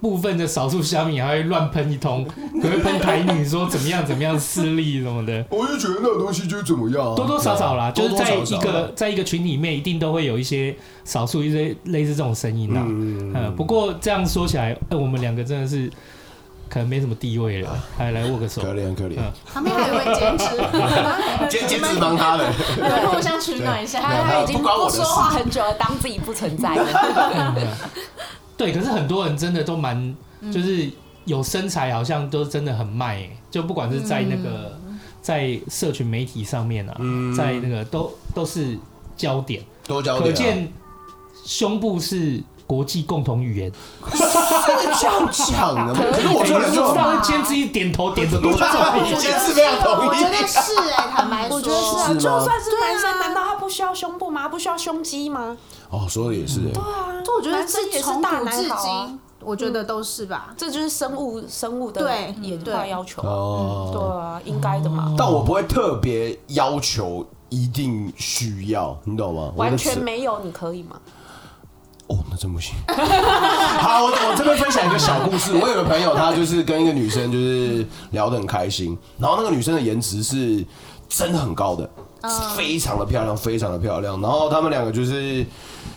A: 部分的少数乡民还会乱喷一通，还会喷台女说怎么样怎么样势力什么的，
B: 我就觉得那种东西就是怎么样啊、
A: 多多少少啦，
B: 对
A: 就是
B: 啊
A: 在
B: 多多
A: 一
B: 少少
A: 个在一个群里面，一定都会有一些少数一些类似这种声音啦。
B: 嗯
A: 呃，不过这样说起来，呃，我们两个真的是可能没什么地位了，还来握个手。
B: 可怜可怜，
A: 嗯
C: 旁边还有一位兼职，
B: 兼兼职帮他的，
C: 互相取暖一下。
D: 他
B: 没
D: 他
B: 有
D: 已经
B: 不关我
D: 不
B: 的
D: 说话很久了，当自己不存在了。
A: 对，可是很多人真的都蛮，就是有身材，好像都真的很卖、欸，就不管是在那个、在社群媒体上面啊，
B: 嗯
A: 在那个都都是焦点，
B: 多交
A: 可
B: 点啊、
A: 见胸部是国际共同语言。
B: 哦这样讲的吗？可是我
A: 哎
B: 说的就
A: 你稍微坚持一点头，点的 多少
B: 我
A: 比
B: 觉得坚持没有同意
C: 我觉得是哎、坦白说，
D: 我觉得是啊，
B: 是吗
D: 就算是男生，难道他不需要胸部吗？不需要胸肌吗？
B: 哦，说的也是、欸，
D: 对啊，
C: 就我觉得
D: 男生也
C: 是
D: 是
C: 从
D: 大
C: 古
D: 男
C: 至
D: 好啊
C: 今，，我觉得都是吧。
D: 这就是生物生物的
C: 对
D: 演
C: 对
D: 化要求。
B: 哦嗯
D: 对啊，应该的嘛。
B: 但我不会特别要求一定需要，你懂吗？我
D: 完
B: 的
D: 全
B: 尺
D: 没有，你可以吗？
B: 哦，那真不行。 好，我我这边分享一个小故事。我有个朋友，他就是跟一个女生就是聊得很开心，然后那个女生的颜值是真的很高的，非常的漂亮，非常的漂亮。然后他们两个就是。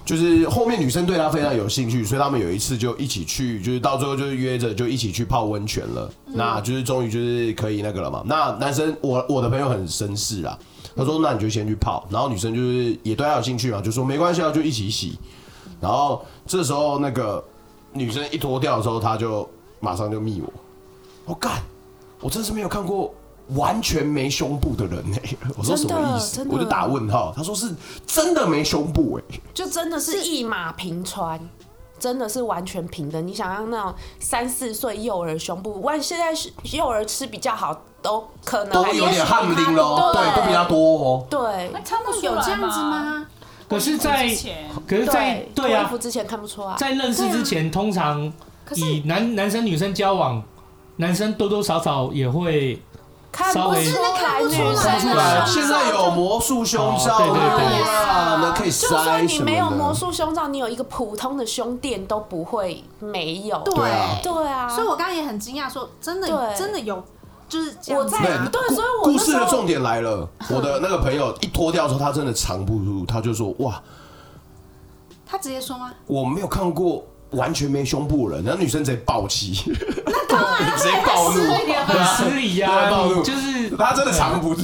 B: 就是后面女生对他非常有兴趣，所以他们有一次就一起去，就是到最后就是约着就一起去泡温泉了。
D: 嗯
B: 那就是终于就是可以那个了嘛。那男生我我的朋友很绅士啊，他说那你就先去泡，然后女生就是也对他有兴趣嘛，就说没关系啊，就一起洗。然后这时候那个女生一脱掉的时候，他就马上就密我，我干，我真是没有看过完全没胸部的人哎、我说什
D: 真的
B: 么意思
D: 真？的
B: 我就打问号。他说是真的没胸部哎、
D: 就真的是一马平川，真的是完全平的。你想让那种三四岁幼儿胸部，万现在是幼儿吃比较好，都可能
B: 都
D: 还
B: 有点汗淋喽，
D: 对
B: 对，都比较多哦。
D: 对
E: 那看不出来
C: 有
E: 嘛
C: 这样子？吗？
A: 可是在，
E: 之前
A: 可是在，对
D: 脱衣
A: 啊
D: 服，之前看不出啊。
A: 在认识之前，通常
C: 可是
A: 以男男生女生交往，男生多多少少也会
D: 看
A: 稍
D: 不
A: 微
D: 出来，
C: 真的看不出来
D: 女生
C: 对
B: 对
D: 的
B: 啊，
D: 胸
B: 现在有魔术胸
A: 哦
B: 罩
A: 对对对
B: 啊，那可以
D: 就算
B: 塞
D: 你
B: 什
D: 没有魔
B: 么的。
D: 术胸罩，你有一个普通的胸垫都不会没有。
C: 对
B: 对啊
D: 对啊，
C: 所以我刚刚也很惊讶，说真的，
D: 对
C: 真的有，就是这
D: 我
C: 样子
D: 在
C: 吗
D: 对，所以我
B: 故
D: 那
B: 事
D: 时
B: 的
D: 候
B: 重点来了，我的那个朋友一脱掉的时候，他真的藏不住，他就说哇，
C: 他直接说吗？
B: 我没有看过完全没胸部的人，然后女生直接暴气，那直接暴怒，对啊
A: 很失礼
B: 对
A: 呀，
B: 暴
A: 你
B: 怒，
A: 就是
B: 他真的藏不住，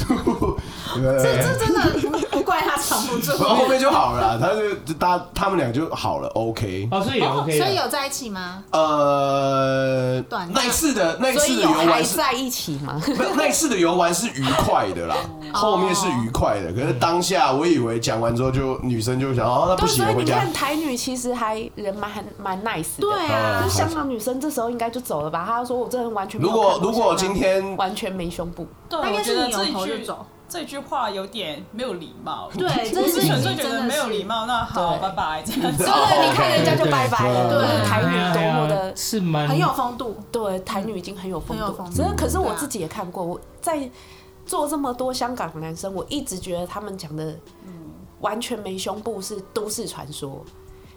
C: 这
B: 对
C: 这真的不怪他藏不住。
B: 然后后面就好了啦，他就就大他们俩就好了，OK。
A: 哦，所以也 OK
C: 所以
A: 的。
C: 有在一起吗？
B: 呃
C: 短，暂
B: 那一次的那一
D: 所
B: 次
D: 以
B: 的
D: 有
B: 游
D: 还
B: 玩是
D: 在一起吗？
B: 没有，那一次的游玩是愉快的啦，
D: 哦
B: 后面是愉快的。可是当下我以为讲完之后就女生就想哦，那不
D: 对，
B: 行
D: 所以
B: 回
D: 你
B: 家
D: 看。台女其实还人蛮还蛮 nice 的。
C: 对啊
D: 就，香港女生这时候应该就走了吧？她说我真的完全没
B: 如
D: 有看
B: 果
D: 过
B: 如果
D: 香
B: 今
D: 港
B: 天
D: 完全没胸部，
E: 对，
C: 那应
E: 我
C: 该
E: 觉
C: 是
E: 得
C: 你
E: 这
C: 有头
E: 一
C: 就
E: 句
C: 走。
E: 这句话有点没有礼貌。
C: 对，
E: 我
C: 这
E: 是
C: 是
E: 纯粹
C: 你
E: 觉
C: 真
E: 得
C: 的
E: 没有
C: 是
E: 礼。貌，那好，拜拜这样子。
B: 哦
D: 哦对，你看人家就拜拜了。
B: 对
D: 对，啊
A: 哎
D: 台
A: 呀
D: 女多么
A: 哎呀
D: 的，
A: 是蛮
C: 很有风度，
D: 对，台女已经很有风
C: 很有风
D: 度。
C: 度
D: 真的，可是我
C: 对啊
D: 自己也看过，我在做这么多香港男生，我一直觉得他们讲的完全没胸部是都市传说。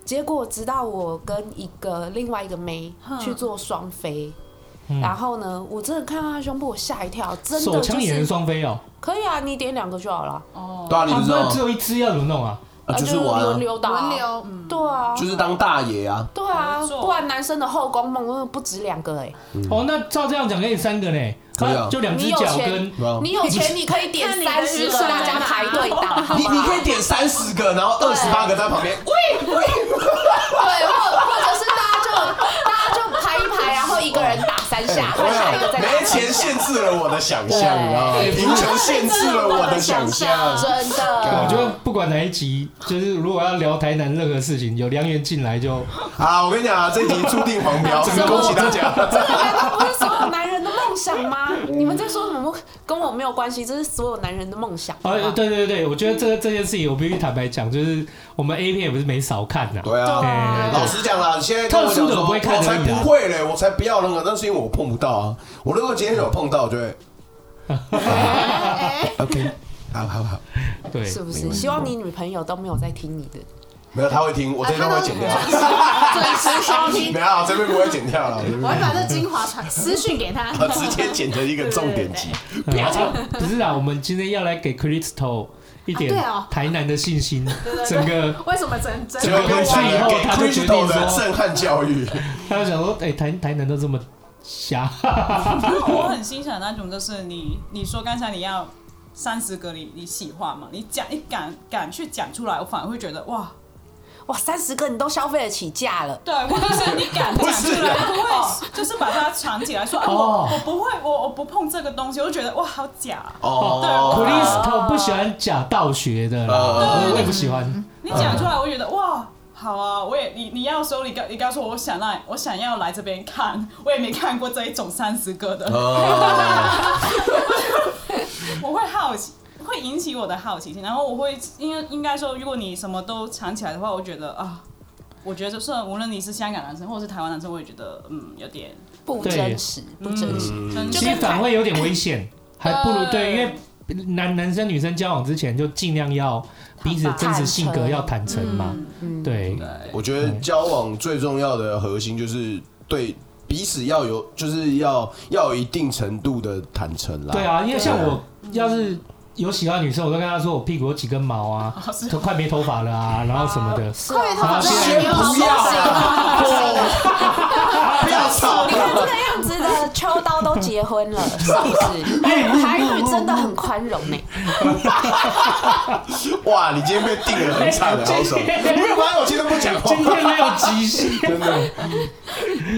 D: 结果直到我跟一个另外一个妹
C: 哼
D: 去做双飞，
B: 嗯
D: 然后呢，我真的看到她胸部，我吓一跳，真的
A: 手
D: 就
A: 枪也能
D: 是
A: 双飞哦，
D: 可以啊，你点两个就好了。
E: 哦，
B: 对啊，你
A: 他
B: 不知
A: 们
B: 道
A: 只有一只要怎么弄啊？
B: 啊，就是我
D: 轮
B: 啊，
D: 流打，
C: 轮流，嗯，
D: 对啊，
B: 就是当大爷啊，
D: 对啊，
E: 合作
D: 不然男生的后宫梦真的不止两个哎、
A: 哦，那照这样讲，可以三个呢，
B: 可嗯以啊
A: 那就两只
D: 你有
A: 脚
D: 钱
A: 跟
B: 对啊
D: 你有钱你可以点
C: 看你的
D: 三十
C: 预
D: 个，
C: 算
D: 大家
C: 在哪
D: 排队打，好
B: 你
D: 吗
B: 你可以点三十个，然后二十八个在旁边，
D: 对，或或者是大家就大家就排一排， 然后一个人打三
A: 哎
D: 下，
B: 我
D: 换下一个
B: 想
D: 再
B: 没
D: 打三
B: 钱
D: 下，
B: 限制了我的想象，你知道吗？ 贫穷限制了我的想象。
D: 真
A: 我
D: 的。
A: 觉得不管哪一集，就是如果要聊台南任何事情，有梁元进来就
B: 好，我跟你讲啊，这集注定黄标，
A: 整个
B: 恭喜大家。
D: 这难道 不是所有男人的梦想吗？你们在说什么？跟我没有关系，这是所有男人的梦想。好
A: 啊，
D: 吗
A: 对对对，我觉得这个这件事情，我必须坦白讲，就是我们 A 片也不是没少看呐、
B: 对啊，
A: 哎
B: 老实讲啦，现在跟我讲
A: 特殊的
B: 说，
A: 我不会看
B: 我才
A: 而已啊
B: 不会嘞，我才不要那个，那是因为我碰不到啊。我如果今天有碰到，我就会
C: 哎哎
B: OK，好好好，
A: 对，
D: 是不是？希望你女朋友都没有在听你的。
B: 没有，他会听， 我这边会剪掉。
C: 准时收听
B: 没，有，这边不会剪掉了，我这边
C: 我会把这精华传私讯给他。
B: 啊直接剪成一个重点集。
A: 不要不是啊，我们今天要来给 Crystal 一点
C: 啊对哦
A: 台南的信心，
C: 对
A: 整个
C: 为什么整整
B: 结果
A: 回
B: 回
A: 去
B: 去
A: 以后
B: 给
A: 他就决定说
B: Crystal 的震撼教育，
A: 他就想说，哎、台台南都这么瞎，
E: 我很欣赏那种，就是你你说刚才你要三十个你你喜欢嘛，你讲你敢敢去讲出来，我反而会觉得哇，
D: 哇，三十个你都消费得起价了，
E: 对，或者是你敢讲出来，不会就是把它藏起来说，啊、
A: 哦
E: 我我不会，我我不碰这个东西，我就觉得哇好假啊、
B: 哦
A: Crystal 不喜欢假道学的啦，
B: 呃
A: 我也不喜
C: 嗯
A: 欢。
E: 你讲出来，我觉得哇。好啊，我也你你要说你告你告诉我，我想来我想要来这边看，我也没看过这一种三十个的，
B: 哦，
E: 我会好奇，会引起我的好奇心，然后我会应该应该说，如果你什么都藏起来的话，我觉得啊，我觉得就是无论你是香港男生或者是台湾男生，我也觉得嗯有点嗯
D: 不
A: 对
D: 真实，不真实。
E: 真
A: 其实
E: 的
A: 反胃有点危险，还不
C: 呃
A: 如对，
E: 对
A: 因为男男生女生交往之前就尽量要彼此真实性格要坦诚嘛，嗯
C: 嗯
D: 嗯
A: 对，
B: 我觉得交往最重要的核心就是对彼此要有，就是要要有一定程度的坦诚啦。
A: 对，啊，因为像我要是有喜欢的女生，我都跟她说我屁股有几根毛 啊，都快没头发了啊，然后什么的，
D: 哦
C: 快点，
A: 好
C: 他
A: 先
C: 真的
B: 啊不要啊，不要吵
D: 你看这个样子的秋刀都结婚了，是不
A: 哎
D: 是？台语真的很宽容欸呢、
B: 哇，你今天被定了很惨啊的，好爽！
A: 今
B: 你没有发现我今天都不讲
A: 今
B: 话？
A: 天没有极限，
B: 真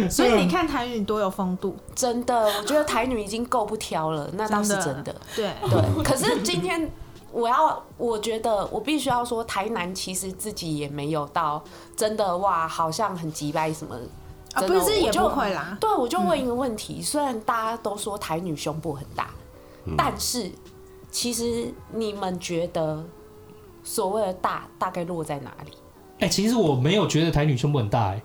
B: 的，
C: 所以你看韩语多有风度，
D: 真的，我觉得台女已经够不挑了，那倒是真 的。
C: 对，
D: 对，可是今天我要，我觉得我必须要说，台南其实自己也没有到真的哇，好像很急掰什么。
C: 啊
D: 真的
C: 不是也
D: 我就
C: 不会嗯啦
D: 对，我就问一个问题，虽然大家都说台女胸部很大，但是其实你们觉得所谓的大大概落在哪里？
A: 哎、其实我没有觉得台女胸部很大、哎，
B: 也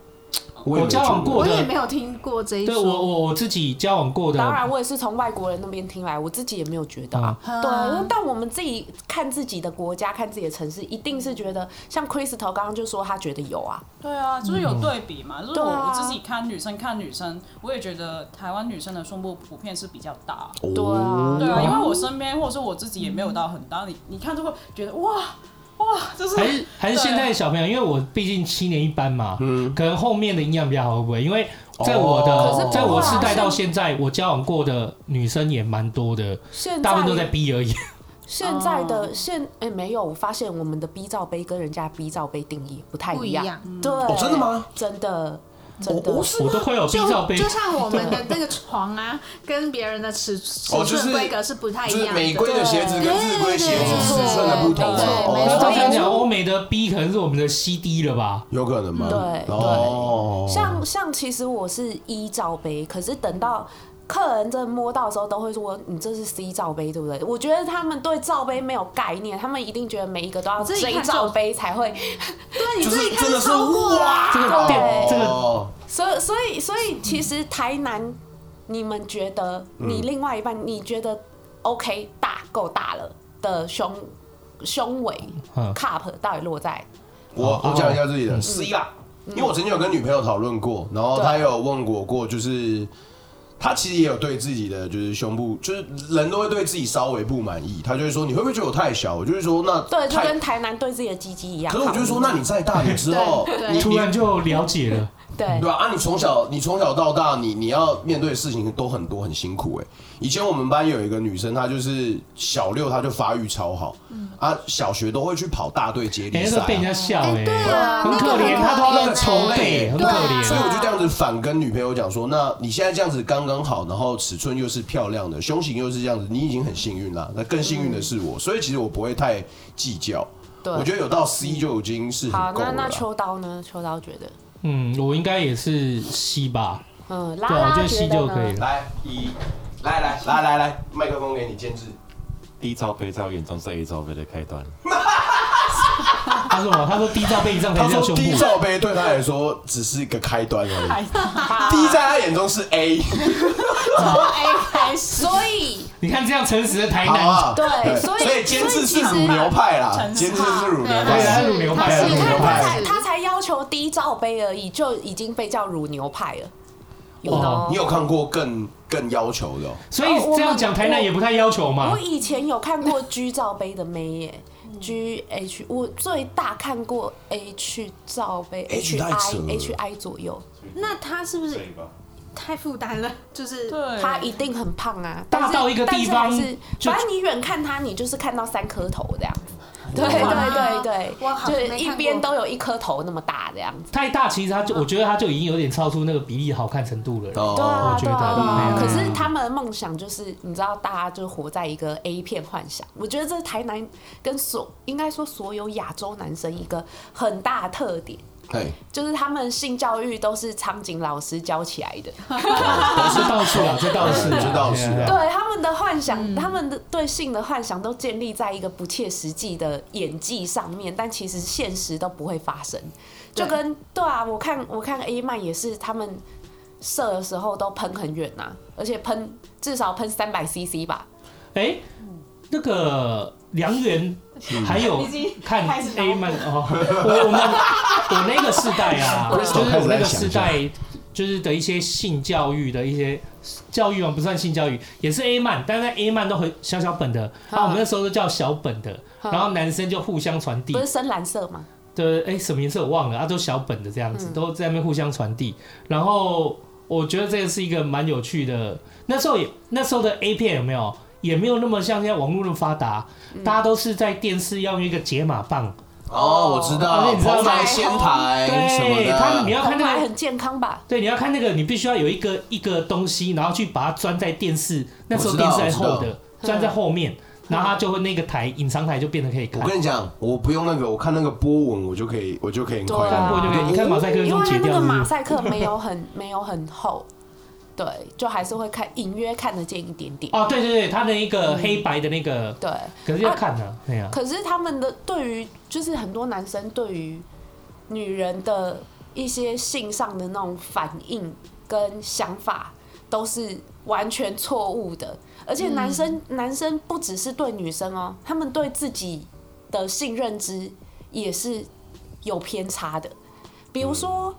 A: 我
B: 没
A: 交往
B: 觉得
A: 过
C: 我
A: 的
C: 也没有听过这一
A: 对
C: 说。
A: 我我我自己交往过的，
D: 当然，我也是从外国人那边听来，我自己也没有觉得啊。
C: 嗯
D: 对，但我们自己看自己的国家、看自己的城市，一定是觉得像 Crystal 刚刚就说他觉得有啊，
E: 对啊，就是有对比嘛。就是我
D: 对啊
E: 我自己看女生看女生，我也觉得台湾女生的胸部普遍是比较大。
B: 哦
D: 对啊，
E: 对啊，因为我身边或者是我自己也没有到很大，你你看就会觉得哇哇，就是
A: 还是还是现在的小朋友，因为我毕竟七年一班嘛，可能后面的营养比较好，会不会？因为在我的、
B: 嗯哦可是不会啊
A: 在我世代到现在，我交往过的女生也蛮多的，
D: 现
A: 大部分都在
D: 在
A: B 而已。
B: 哦
D: 现在的现哎、没有，我发现我们的 B 罩杯跟人家 B 罩杯定义不太
C: 不一
D: 样。
C: 样
D: 对、
B: 哦真的吗？哦
D: 真的，真的。
A: 我都快有 B
C: 啊就
A: 罩杯
C: 就，像我们的那个床啊，跟别人的尺尺
B: 哦就是
C: 寸规格是不太
B: 就
C: 一
B: 是
C: 样
B: 美
C: 的。
B: 规的鞋子跟日规鞋子尺寸的不同
D: 对对
A: 那照这样
B: 哦，
A: 讲，欧美的 B 可能是我们的 CD 了吧？
B: 有可能吗？
D: 对
B: 哦，
D: 像像其实我是一罩杯，可是等到客人真的摸到的时候，都会说你这是 C 罩杯，对不对？我觉得他们对罩杯没有概念，他们一定觉得每一个都要
C: 自己
D: J
C: 看就
D: 罩杯 才会。
C: 对，你
B: 就
C: 自己
B: 是
C: 看
B: 真的是
C: 超过啊。
A: 这个电，这个
B: 哦，
D: 所以所以所以，其实台南，你们觉得你另外一半，你觉得 OK 大够大了的胸胸围
A: 嗯
D: cup 到底落在？
B: 我
A: 哦
B: 我讲一下自己的 C 啦，因为我曾经有跟女朋友讨论过，然后她也有问我过，就是她其实也有对自己的就是胸部，就是人都会对自己稍微不满意，她就会说你会不会觉得我太小？我就会说那
D: 对，就
B: 太
D: 跟，台南对自己的鸡鸡一样。
B: 可是我就说
D: 好
B: 那你再大点之后
C: 对，对
B: 你
A: 突
B: 你
A: 然就了解了。
D: 对
B: 对啊，啊你从小你从小到大，你你要面对的事情都很多，很辛苦哎、以前我们班有一个女生，她就是小六，她就发育超好，
D: 嗯
B: 啊，小学都会去跑大队接
A: 哎、
B: 力
A: 那
B: 赛、
A: 个被人
B: 啊。
A: 家笑
C: 哎
A: 哎、
C: 对啊
A: 很可
C: 那个啊
A: 怜，
C: 很
A: 他都
C: 可
A: 要
C: 怜
A: 那筹备，很可
B: 所以
A: 怜。
D: 啊
B: 我就这样子反跟女朋友讲说，那你现在这样子刚刚好，然后尺寸又是漂亮的，胸型又是这样子，你已经很幸运啦。那更幸运的是我，所以其实我不会太计较。
D: 嗯对
B: 我觉得有到 C 就已经是
D: 好，
B: 很够
D: 那
B: 了啦
D: 那。秋刀呢？秋刀觉得，
A: 嗯，我应该也是 C 吧，
D: 嗯，拉
A: 对啊，我
D: 拉
A: 觉得
D: 觉
A: C
D: 得
A: 就
D: 呢
A: 可以了。
B: 来一，来来来来来，麦克风给你监制。
F: D 罩杯在我眼中是 A 罩杯的开端。
A: 他说什么？他说低罩杯以上才
B: 他
A: 叫胸
B: 说低
A: 部。
B: 罩杯对他来说只是一个开端
D: 哎
B: 而已，低
D: 吧
B: 在他眼中是 A，
C: 从 A 开始，
D: 所以
A: 你看这样诚实的台
B: 好不
A: 南，
B: 好？啊
D: 对
B: 所
D: 所以啊
B: 以监制是乳牛派啦，
E: 所以其
B: 监
E: 实
B: 制是乳牛
A: 对他
B: 派
A: 是。乳牛派
C: 他
B: 乳
D: 你看
B: 牛
D: 他
B: 派
D: 才他才要求低罩杯而已，就已经被叫乳牛派了。有哦
A: 哇
B: 你有看过更更要求的哦？
A: 所以这样讲台南也不太要求嘛
D: 哦我。以前有看过 G 罩杯的妹耶，G H 我最大看过 H 罩杯
A: 哎
B: H
D: H
B: 太
D: I
B: 扯了
D: H I 左右，
C: 那他是不是太负担了？就是
E: 对，
D: 他一定很胖啊，
A: 大
D: 但是
A: 到一个地方
D: 但是还是
A: 就
D: 反正你远看他，你就是看到三颗头这样。对
C: 哇
D: 对对
C: 哇好
D: 对，
C: 没
D: 就
C: 看
D: 一
C: 过
D: 边都有一颗头那么大这样子。
A: 太大其实他就，我觉得他就已经有点超出那个比例好看程度
B: 哦
A: 了。
D: 对啊，
A: 哦我觉
D: 对
A: 得
D: 啊，对啊
A: 嗯
D: 可是他们的梦想就是，你知道，大家就活在一个 A 片幻想。我觉得这是台南跟所应该说所有亚洲男生一个很大的特点，
B: 嘿，
D: 就是他们性教育都是苍井老师教起来的。
A: 我是到处了，啊这倒是啊，
B: 这倒是啊
A: 对啊
D: 对他们的幻想，
A: 嗯
D: 他们的对性的幻想都建立在一个不切实际的演技上面，但其实现实都不会发生。就跟对啊，我看我看 A 漫也是，他们射的时候都喷很远呐、而且喷至少喷三百 CC 吧。
A: 哎，那个梁元还有
E: 已经
A: 看
E: 开始
A: A 漫哦，我我们我那个世代啊，就是我那个世代，就是的一些性教育的一些教育嘛，不算性教育，也是 A 漫，但是 A 漫都很小小本的，啊，我们那时候都叫小本的，然后男生就互相传递
D: 不，是深蓝色吗？
A: 对，哎、什么颜色我忘了，啊，都小本的这样子，都在那边互相传递。然后我觉得这个是一个蛮有趣的，那时候也那时候的 A 片有没有？也没有那么像现在网络那么发达，大家都是在电视要用一个解码棒，
B: 哦，我知道，
A: 哦那你知道
B: 蓬莱
A: 吗
B: 仙台哎什么
A: 对，
B: 的，啊
A: 他们你要看
D: 红
A: 那
D: 牌
A: 个，
D: 很健康吧？
A: 对，你要看那个，你必须要有一个一个东西，然后去把它钻在电视，那时
B: 我
A: 候
B: 知道
A: 电视还厚
B: 我知
A: 的，钻在后面，然后它就会那个台隐藏台就变得可以看
B: 我，跟你讲，我不用那个，我看那个波纹，我就可以，我就可以很快
D: 对啊
A: 看
B: 乐。
A: 过就可以，你看马赛克
D: 因
A: 就
D: 为
A: 解
D: 它那
A: 掉
D: 个
A: 是不
D: 马
A: 是。
D: 赛克没有很没有很厚，对，就还是会看隐约看得见一点点。
A: 哦，对对对，它的一个黑白的那个，
D: 对，
A: 可是要看呢，哎呀，
D: 可是他们的对于，就是很多男生对于女人的一些性上的那种反应跟想法，都是完全错误的。而且男生、男生不只是对女生哦，他们对自己的性认知也是有偏差的。比如说，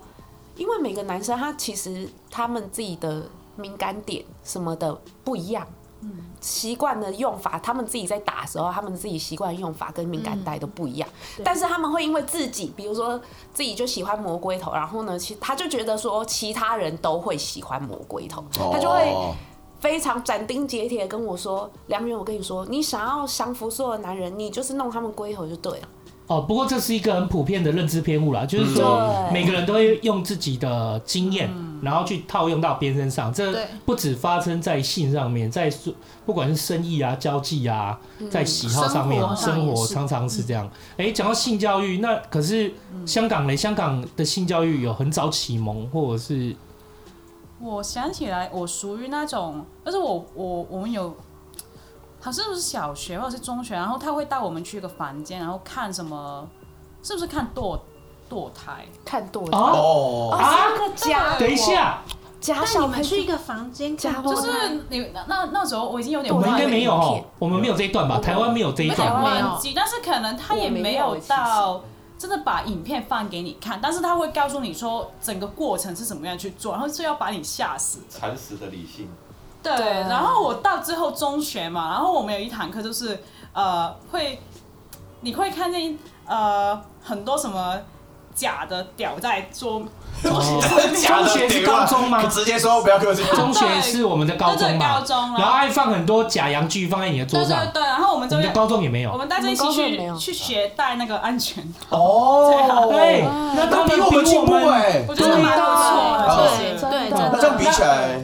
D: 因为每个男生他其实他们自己的敏感点什么的不一样，习惯的用法，他们自己在打的时候，他们自己习惯的用法跟敏感带都不一样。但是他们会因为自己，比如说自己就喜欢魔龟头，然后呢，其他就觉得说其他人都会喜欢魔龟头，他就会
B: 哦
D: 非常斩钉截铁地跟我说：“梁远，我跟你说，你想要降服所有男人，你就是弄他们龟头就对了。
A: 哦，不过这是一个很普遍的认知偏误啦，就是说
D: 对
A: 每个人都会用自己的经验，然后去套用到别人身上。这
C: 对
A: 不止发生在性上面，在所不管是生意啊、交际啊，在喜好上面，
E: 生活上
A: 生活
E: 也是
A: 常常是这样。哎，讲到性教育，那可是香港嘞，香港的性教育有很早启蒙，或者是
E: 我想起来，我属于那种，但是我我我们有，好像是小学或者是中学，然后他会带我们去一个房间，然后看什么，是不是看堕堕胎？”
D: 看多了。
A: 啊
B: 哦，
A: 啊
D: 是，那个假，
A: 等一下，
D: 假
C: 但
D: 小
C: 你们
D: 孩
C: 去
D: 去
C: 一个房间
D: 假
C: 看，
D: 货
C: 就
E: 就
C: 对
E: 是你那那那时候我已经有点
A: 我
E: 忘
A: 们应
E: 了，
A: 该没有哦
D: 片，
A: 我们没有这一段吧？台湾没有这一
E: 有
A: 段
E: 点
A: 吧。
E: 忘记，但是可能他也没有到真的把影片放给你看，但是他会告诉你说整个过程是怎么样去做，然后是要把你吓死。
F: 蚕食的理性，
E: 对，
D: 对
E: 然后我到之后中学嘛，然后我们有一堂课就是呃会，你会看见呃很多什么假的屌在桌桌
A: 哦
E: 上面
A: 中学是高中吗
B: 可直接说不要给我进。
A: 中学是我们的高中嘛，
E: 对对高中啊
A: 然后还放很多假洋剧放在你的桌
E: 对
A: 上
E: 对，对，然后我们
A: 我
E: 就
A: 们的
E: 会
A: 高中也没
E: 我
A: 有。
E: 们大家一
D: 我
E: 起
D: 们高中没有
E: 去去学戴那个安 全套，
B: 哦，
A: 对，那他
B: 那
A: 们
B: 比我们进步哎
E: 我。觉得蛮不错
C: 对
E: 的，其实
C: 对，
D: 真
C: 真
D: 的
B: 那
C: 的
B: 这样比起来，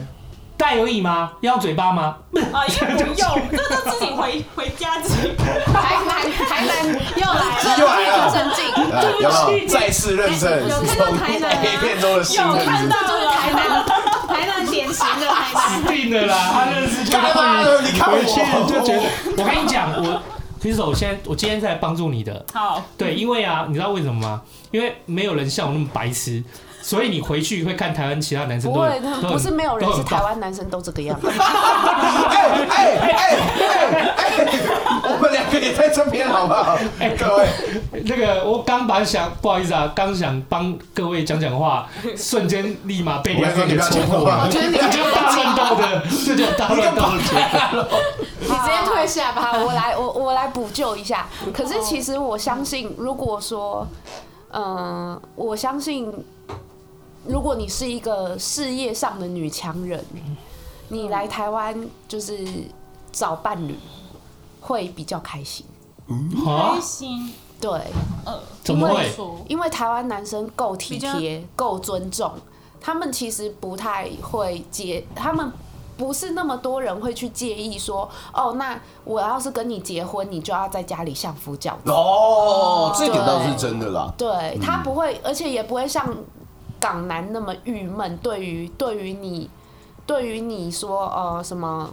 A: 戴而已吗？要嘴巴吗？
E: 啊，因为不用，这这自己回回家自己
D: 台南台南又来了，
B: 又来了
D: 正经。
B: 来
A: 对不起
B: 要不要再次认证
C: 哎有看到台南啊
B: A 片中的性
E: 有看
B: 认
E: 到
B: 知？
C: 就是台南，台南典型的台 南。
A: 定的啦，他认识就
B: 干嘛呢你看我
A: 回去就觉得。我跟你讲，我其实我现在我今天在帮助你的，
E: 好，
D: 嗯
A: 对，因为啊，你知道为什么吗？因为没有人像我那么白痴，所以你回去会看台湾其他男生
D: 不
A: 都
D: 会，
A: 很
D: 他
A: 都
D: 们
A: 很
D: 不是没有人
A: 都
D: 是
A: 很
D: 台
A: 棒
D: 湾男生都这个 样子。
B: 哎哎哎哎哎，我们两个也在这边好不好？各位，
A: 那个，我刚把想不好意思啊，刚想帮各位讲讲 话，瞬间立马被
B: 我跟
A: 两
B: 你
A: 个
B: 说你
A: 给戳
B: 不要讲
A: 破
B: 话
A: 了，
C: 我觉得你
A: 这 就是大乱斗 的，这就是大乱斗的结果。
C: 你直接退下吧。
D: 好，我来，我我来补救一下。可是其实我相信，如果说，嗯、我相信，如果你是一个事业上的女强人，你来台湾就是找伴侣，会比较开心。
A: 啊
E: 开，心，
D: 对，
E: 呃，
A: 怎么会
E: 不说
D: 因为台湾男生够体贴
E: 比、
D: 够尊重，他们其实不太会接，他们不是那么多人会去介意说，哦，那我要是跟你结婚，你就要在家里相夫教子。
B: 哦，这点倒是真的啦。
D: 对他
A: 嗯
D: 不会，而且也不会像港男那么郁闷。对于对于你，对于你说呃什么，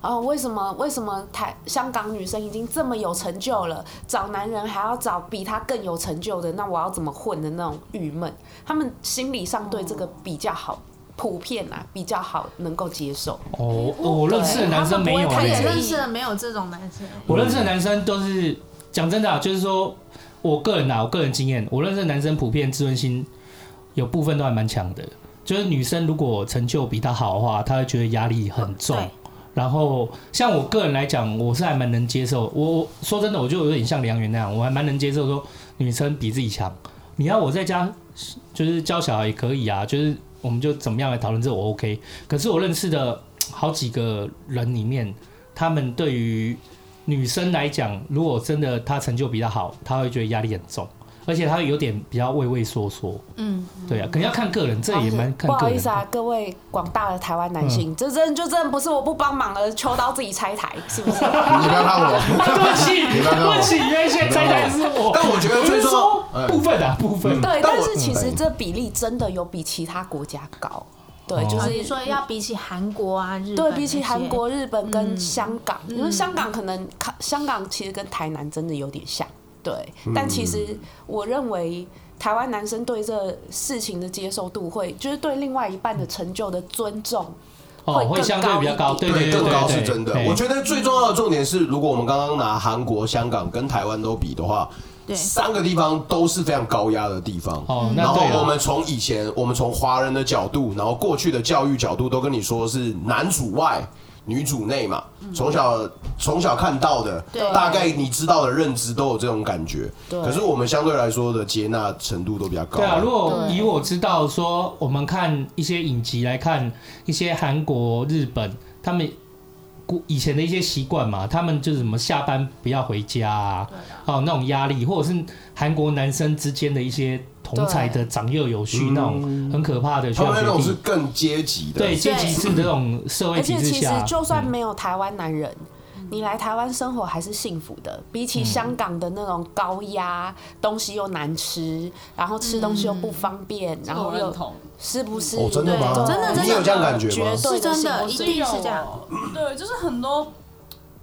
D: 呃为什么为什么台香港女生已经这么有成就了，找男人还要找比她更有成就的，那我要怎么混的那种郁闷，他们心理上对这个比较好。普遍啊，比较好能够接受。
A: 哦，哦我认识的男生没有
D: 他
C: 我
D: 们不会
C: 也
A: 欸，
D: 看
C: 认识了没有这种男生，
A: 我认识的男生都是讲真的啊，就是说我个人啊，我个人经验，我认识的男生普遍自尊心有部分都还蛮强的，就是女生如果成就比他好的话，他会觉得压力很重。
C: 对
A: 然后，像我个人来讲，我是还蛮能接受。我我说真的，我就有点像梁元那样，我还蛮能接受说女生比自己强。你要我在家就是教小孩也可以啊，就是我们就怎么样来讨论这我 OK。可是我认识的好几个人里面，他们对于女生来讲，如果真的她成就比较好，她会觉得压力很重，而且她会有点比较畏畏缩缩。
C: 嗯，
A: 对啊，可能要看个人，这也蛮看
D: 不好
A: 个
D: 意
A: 人
D: 思
A: 的。嗯
D: 啊，各位广大的台湾男性，这真就真的不是我不帮忙而秋刀自己拆台，是不是？
B: 你不要看
A: 啊对
B: 我，
A: 不起，
B: 你不要看我
A: 对不起，原来现在摘单是我。
B: 但我觉得哎
A: 我
B: 就是是
A: 说
B: 说
A: 部分啊，部分。
D: 对，
B: 但
D: 但
B: 我
D: 是其实这比例真的有比其他国家高，对，
A: 哦
D: 就
C: 所以
D: 是
C: 说要比起韩国啊、日本
D: 对
C: 那些，
D: 比起韩国、日本跟香港，因为香港可能看香港其实跟台南真的有点像，对，
A: 嗯
D: 但其实我认为。台湾男生对这事情的接受度会，就是对另外一半的成就的尊重，
A: 哦，
D: 会
A: 会
D: 更
A: 相对比较高，
D: 高一
A: 对
D: 点
A: 对对，
B: 更高
A: 对
B: 是真的。
A: 对
B: 我觉得最重要的重点是，如果我们刚刚拿韩国、香港跟台湾都比的话，
C: 对
B: 三个地方都是非常高压的地方。
A: 哦，
B: 嗯然
A: 那
B: 后
A: 对
B: 我
A: 了，
B: 们从以前，我们从华人的角度，然后过去的教育角度，都跟你说是男主外。女主内嘛，
D: 嗯
B: 从小从小看到的，
C: 对
B: 大概你知道的认知都有这种感觉。
D: 对
B: 可是我们相对来说的接纳程度都比较高。
A: 对啊，如果
D: 对
A: 以我知道说，我们看一些影集来看一些韩国、日本他们古以前的一些习惯嘛，他们就是什么下班不要回家啊，哦那种压力，或者是韩国男生之间的一些同才的长幼有序那种很可怕的
B: 嗯他
A: 兄
B: 们那
A: 弟
B: 种是
A: 弟，
B: 更阶级的，
A: 对阶级制的这种社会
D: 而
A: 体
D: 且
A: 制
D: 其实
A: 下，
D: 就算
A: 嗯
D: 没有台湾男人，你来台湾生活还是幸福的。比
A: 嗯
D: 起香港的那种高压，东西又难吃，然后吃东西又不方便，然
E: 这个
D: 后
E: 我认
D: 又
E: 同。
D: 是不是？
B: 哦，真的吗？
D: 对
C: 真的真的
B: 你有这样感觉吗
D: 绝？对
C: 是真的
D: 幸福
C: 哦一
E: 是
C: 定
E: 有哦
C: 是这样。
E: 对，就是很多，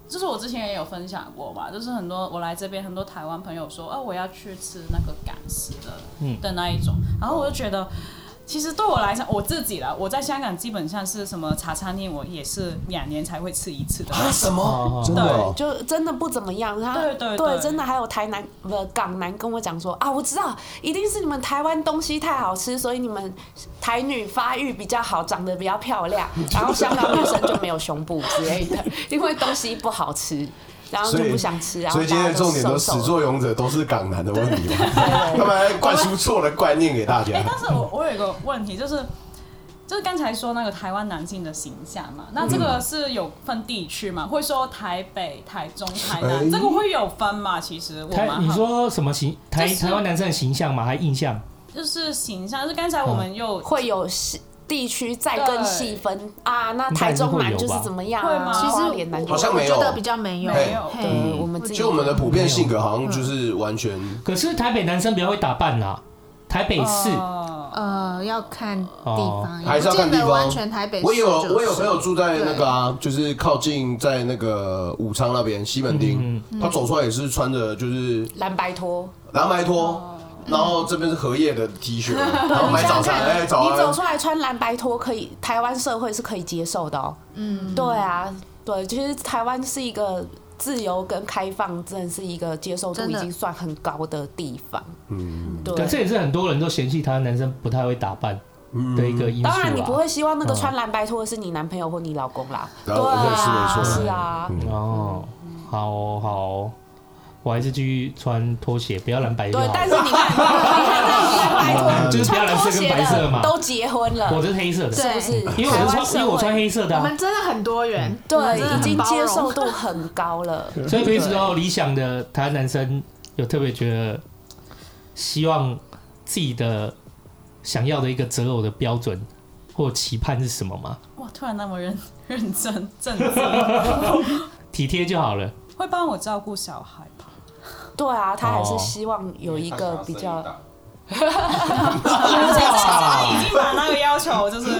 E: 就是我之前也有分享过嘛，就是很多我来这边很多台湾朋友说，哦、我要去吃那个港式的，
A: 嗯
E: 的那一种，然后我就觉得。其实对我来讲，我自己啦，我在香港基本上是什么茶餐厅，我也是两年才会吃一次的。
B: 啊，什
A: 哦
B: 么？真的哦？
D: 就真的不怎么样，然后
E: 对对对
D: 真的还有台南不港男跟我讲说啊，我知道一定是你们台湾东西太好吃，所以你们台女发育比较好，长得比较 漂亮，然后香港女生就没有胸部之类的， 因为东西不好吃，然后就不想吃，然后
B: 所以今天的重点都始
D: 是
B: 作俑者都是港男的问题嘛， 他们还灌输错的观念给大
E: 哎、
A: 啊
B: 家。
E: 但是我我有一个问题，就是就是刚才说那个台湾男性的形象嘛，那这
A: 嗯
E: 个是有分地区嘛？会说台北、台中、台南，
B: 哎
E: 这个会有分嘛？其实我
A: 台
E: 蛮
A: 你
E: 好
A: 说什么形台
E: 就是
A: 台湾男生的形象嘛，还印象？
E: 就是形象，就是刚才我们又、
D: 嗯会有细地区再更细分
B: 嗯
D: 啊，那台中男就是怎么样、
E: 应该是会有
D: 啊，
E: 吧
C: 其
D: 花
C: 实
D: 莲男
B: 好像嗯
C: 我
B: 没有
C: 觉得比较没有，
E: 没有
C: 嘿
D: 对我们自己嗯
B: 就我们的普遍性格好像就是完全
A: 可是台北男生比较会打扮啦，台北市
E: 哦
C: 呃，要看地
A: 哦
C: 方，也
B: 还是要
C: 不见
B: 看地
C: 得
B: 方
C: 完全台北市就
B: 我也
C: 是。
B: 有我也有朋友住在那个啊，就是靠近在那个武昌那边西门町，
A: 嗯
B: 他走出来也是穿着就是
D: 蓝白拖，
B: 蓝白拖，然后这边是荷叶的 T 恤，然后买早餐，哎，早
D: 你走
B: 安。
D: 出来穿蓝白拖，可以台湾社会是可以接受的哦。嗯，对啊，对，其实台湾是一个自由跟开放，真的是一个接受度
C: 真
D: 已
C: 的
D: 经算很高的地方。嗯，
A: 对，这
D: 对。
A: 也是很多人都嫌弃他男生不太会打扮的一个因素啊
D: 当然，你不
A: 啦。
D: 会希望那个穿蓝白拖的是你男朋友或你老公啦。
A: 嗯
B: 然后哎
D: 对啊，
B: 是没错
D: 是啊，
A: 哦，好哦好哦，我还是继续穿拖鞋，不要蓝白就
D: 对
A: 好。。
D: 但是你看，你 看那蓝白
A: 就
D: 拖
A: 是不要
D: 穿
A: 蓝
D: 拖
A: 色跟
D: 鞋
A: 白色嘛
D: 的都结婚了，
A: 我这是黑色的，
D: 是不是？
A: 因为我是
D: 台湾
A: 穿，因为我
D: 社
A: 穿
D: 会
A: 黑色的
C: 我
A: 啊、
C: 们真的很多元，我们真的
D: 对，
C: 很
D: 已经
C: 包容
D: 接受度很高了。
A: 所以平时有理想的台湾男生，有特别觉得希望自己的想要的一个择偶的标准或期盼是什么吗？
E: 哇，突然那么认 认真正经，
A: 体贴就好了。
E: 会帮我照顾小 孩吧？
D: 对啊，他还
A: 哦
D: 是希望有一个比较，哎
E: 已经把那个要求就是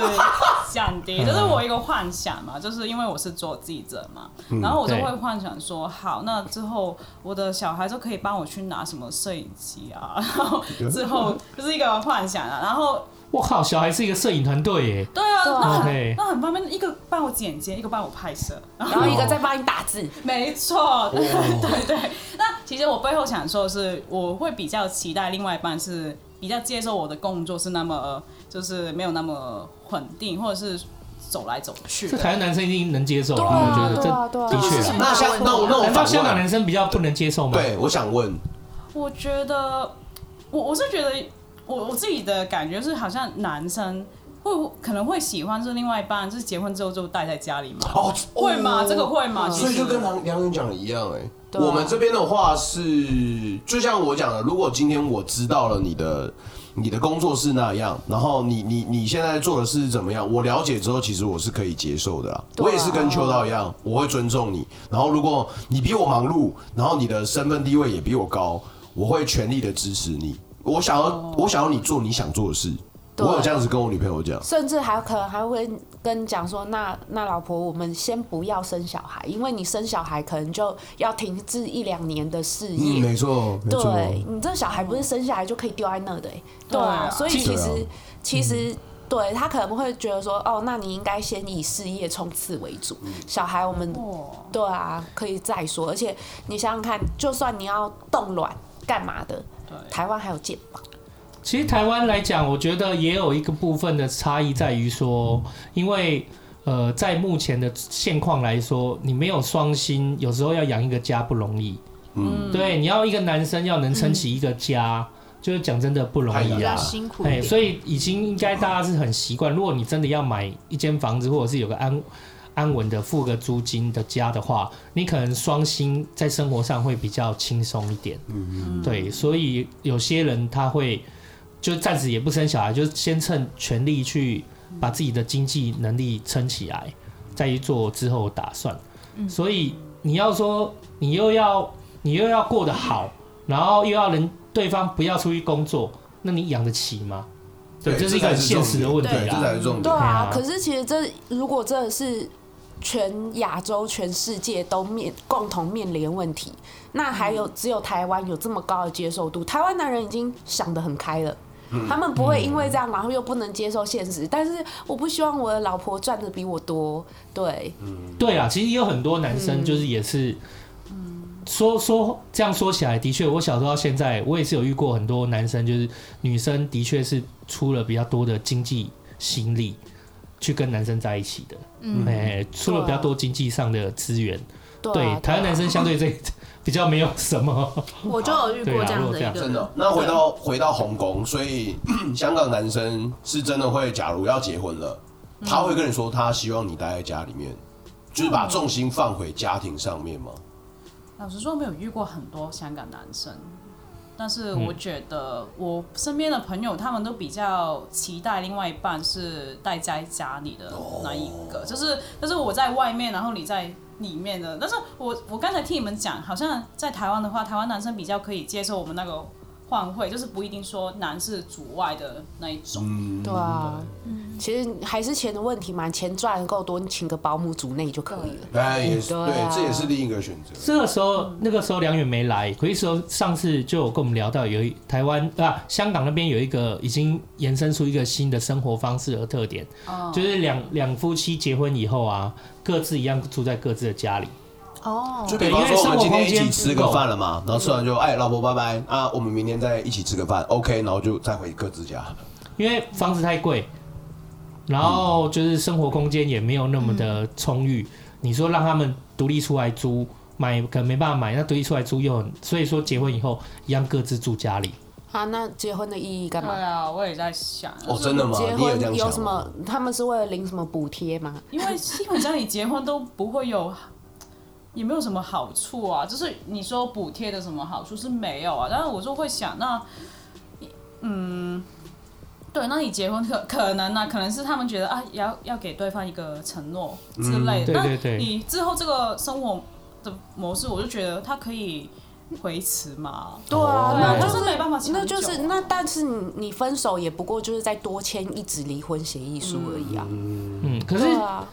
E: 降
D: 嗯
E: 低，就是我一个幻想嘛，就是因为我是做记者嘛，
D: 嗯
E: 然后我就
A: 对
E: 会幻想说，好，那之后我的小孩就可以帮我去拿什么摄影机啊，
D: 嗯
E: 然后之后就是一个幻想啊，然后
A: 我靠，小孩是一个摄影团队耶，哦
E: 对啊，
D: 对啊
E: 那很
A: OK
E: 那很方便，一个帮我剪接，一个帮我拍摄，
D: 然后一个在帮你打字，
E: 没
B: 哦
E: 错， 对对。那其实我背后想说的是，我会比较期待另外一半是比较接受我的工作是那么，呃就是没有那么稳定，或者是走来走去
A: 这
E: 的。
A: 台湾男生一定能接受啦，
D: 对啊
A: 我觉得
D: 对啊对啊啊
A: 这的确啦。
B: 那像那我那我
A: 难道
B: 反
A: 哎香港
B: 问，啊
A: 男生比较不能接受吗？，
B: 对，我想问，
E: 我觉得，我我是觉得，我我自己的感觉是，好像男生会可能会喜欢是另外一半，就是结婚之后就待在家里嘛。
B: 哦，
E: 会吗？
B: 哦
E: 这个会吗？其
B: 所以
E: 实
B: 就跟梁梁云讲的一样、欸，
D: 对啊
B: 我们这边的话是，就像我讲的，如果今天我知道了你的你的工作是那样，然后你你你现在做的是怎么样，我了解之后，其实我是可以接受的啦。
D: 对啊
B: 我也是跟秋刀一样，我会尊重你。然后如果你比我忙碌，然后你的身份地位也比我高，我会全力的支持你。我想要我想要你做你想做的事。
D: 哦对
B: 我有这样子跟我女朋友讲，
D: 甚至还可能还会跟你讲说，那那老婆，我们先不要生小孩，因为你生小孩可能就要停滞一两年的事
B: 嗯，
D: 业。
B: 没错，没错，
D: 对你这小孩不是生下来就可以丢在那的、欸，对
E: 对啊
D: 啊，所以其实、
B: 对啊
D: 其实。对他可能会觉得说，哦，那你应该先以事业冲刺为主，
B: 嗯
D: 小孩我们
E: 哦，
D: 对啊，可以再说。而且你想想看，就算你要冻卵干嘛的，
E: 对，
D: 台湾还有健保，
A: 其实台湾来讲，我觉得也有一个部分的差异在于说，因为呃，在目前的现况来说，你没有双薪，有时候要养一个家不容易。嗯，对，你要一个男生要能撑起一个家，就是讲真的不容
B: 太
A: 易啊
B: 难
C: 比
A: 啦
C: 较。辛苦
A: 哎，
C: 一点。
A: 所以已经应该大家是很习惯。如果你真的要买一间房子，或者是有个安安稳的付个租金的家的话，你可能双薪在生活上会比较轻松一点。嗯对，所以有些人他会就暂时也不生小孩，就先趁全力去把自己的经济能力撑起来，再去做之后的打算。所以你要说你又要你又要过得好，然后又要人对方不要出去工作，那你养得起吗？对，这是一个
B: 才
A: 很现
B: 重
A: 实的
B: 点
A: 问题
B: 对这
A: 啊。
B: 才是重点
D: 对。啊
A: 对啊。
D: 可是其实这如果真的是全亚洲、全世界都面共同面临的问题，那还有只有台湾有这么高的接受度，台湾男人已经想得很开了。他们不会因为这样，然后又不能接受现实。但是我不希望我的老婆赚的比我多，对，
A: 对啊，其实也有很多男
D: 嗯
A: 生就是也是，说说这样说起来，的确，我小时候到现在，我也是有遇过很多男生，就是女生的确是出了比较多的经济心力去跟男生在一起的，嗯，哎，出了比较多经济上的资源。
D: 对
A: 对
D: 啊，，
A: 台湾男
D: 对啊
A: 生相对这 比较没有什么，
C: 我就有遇过这样的一
A: 对啊如果这
C: 个
B: 真的
C: 人，，
B: 那回到回到红宫，所以 香港男生是真的会，假如要结婚了，
D: 嗯
B: 他会跟你说他希望你待在家里面，就是把重心放回家庭上面吗？
E: 老实说，没有遇过很多香港男生，但是我觉得我身边的朋友，他们都比较期待另外一半是待在家里的那一个，就是就是我在外面，然后你在里面的。但是我我刚才听你们讲，好像在台湾的话，台湾男生比较可以接受我们那个换汇，就是不一定说男是主外的那一种。
D: 对啊，其实还是钱的问题嘛，钱赚得够多，你请个保姆组内就可以了。
B: 哎，也是
D: 对啊
B: 对，这也是另一个选择。
A: 这个时候，那个时候梁远没来，可是时候上次就有跟我们聊到，有一台湾啊，香港那边有一个已经延伸出一个新的生活方式和特点，
E: 哦
A: 就是两两夫妻结婚以后啊，各自一样住在各自的家里，
C: 哦，
B: 就
A: 对
B: 比方
A: 因为
B: 说，我
A: 生
B: 们
A: 活
B: 今天一
A: 空
B: 起
A: 间
B: 吃个饭了嘛，然后吃完就哎，老婆拜拜啊，我们明天再一起吃个饭，OK，然后就再回各自家。
D: 嗯
A: 因为房子太贵，然后就是生活空间也没有那么的充裕。你说让他们独立出来租，买可能没办法买，那独立出来租又很，所以说结婚以后一样各自住家里。
D: 啊，那结婚的意义干
E: 对
D: 嘛？
E: 啊，我也在想，
B: 哦，真的吗？
D: 结
B: 你也这
D: 婚
B: 样
D: 有
B: 想
D: 什
B: 吗？
D: 么？他们是为了领什么补贴吗？
E: 因为基本上你结婚都不会有，也没有什么好处啊。就是你说补贴的什么好处是没有啊，但是我就会想，那，嗯，对，那你结婚可可能呢、可能是他们觉得啊，要要给对方一个承诺之类
A: 嗯对
E: 的。
A: 对对
E: 那你之后这个生活的模式，我就觉得它可以维持嘛。
D: 对啊，那
E: 但
D: 就是是
E: 没办法长久啊
D: 那就是那，但是你你分手也不过就是再多签一纸离婚协议书而已啊。
A: 嗯，可是
D: 对啊，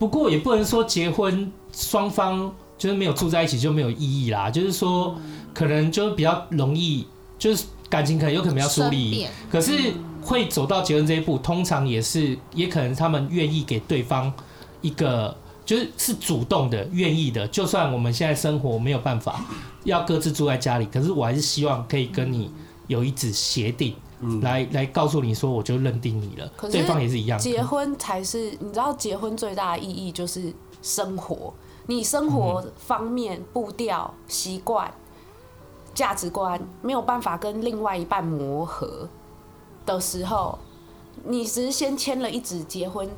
A: 不过也不能说结婚双方就是没有住在一起就没有意义啦，就是说可能就比较容易，就是感情可能有可能要疏
C: 生
A: 离
C: 变，
A: 可是会走到结婚这一步，通常也是也可能他们愿意给对方一个。就是是主动的、愿意的，就算我们现在生活没有办法，要各自住在家里，可是我还是希望可以跟你有一纸协定，来来告诉你说我就认定你了
D: 可，是
A: 对方也是一样的。
D: 结婚才是你知道，结婚最大的意义就是生活，你生
A: 嗯
D: 活方面步调、习惯、价值观没有办法跟另外一半磨合的时候，你只是先签了一纸结婚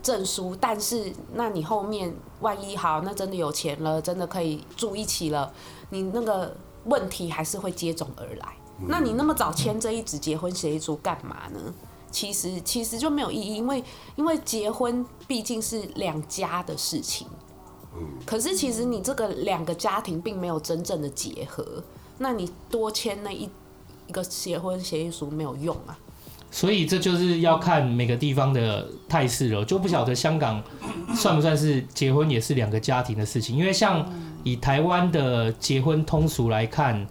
D: 证书，但是那你后面万一好，那真的有钱了，真的可以住一起了，你那个问题还是会接踵而来。那你那么早签这一纸结婚协议书干嘛呢？其实其实就没有意义，因为因为结婚毕竟是两家的事情。可是其实你这个两个家庭并没有真正的结合，那你多签那一一个结婚协议书没有用啊。
A: 所以这就是要看每个地方的态势了，就不晓得香港算不算是结婚也是两个家庭的事情，因为像以台湾的结婚通俗来看，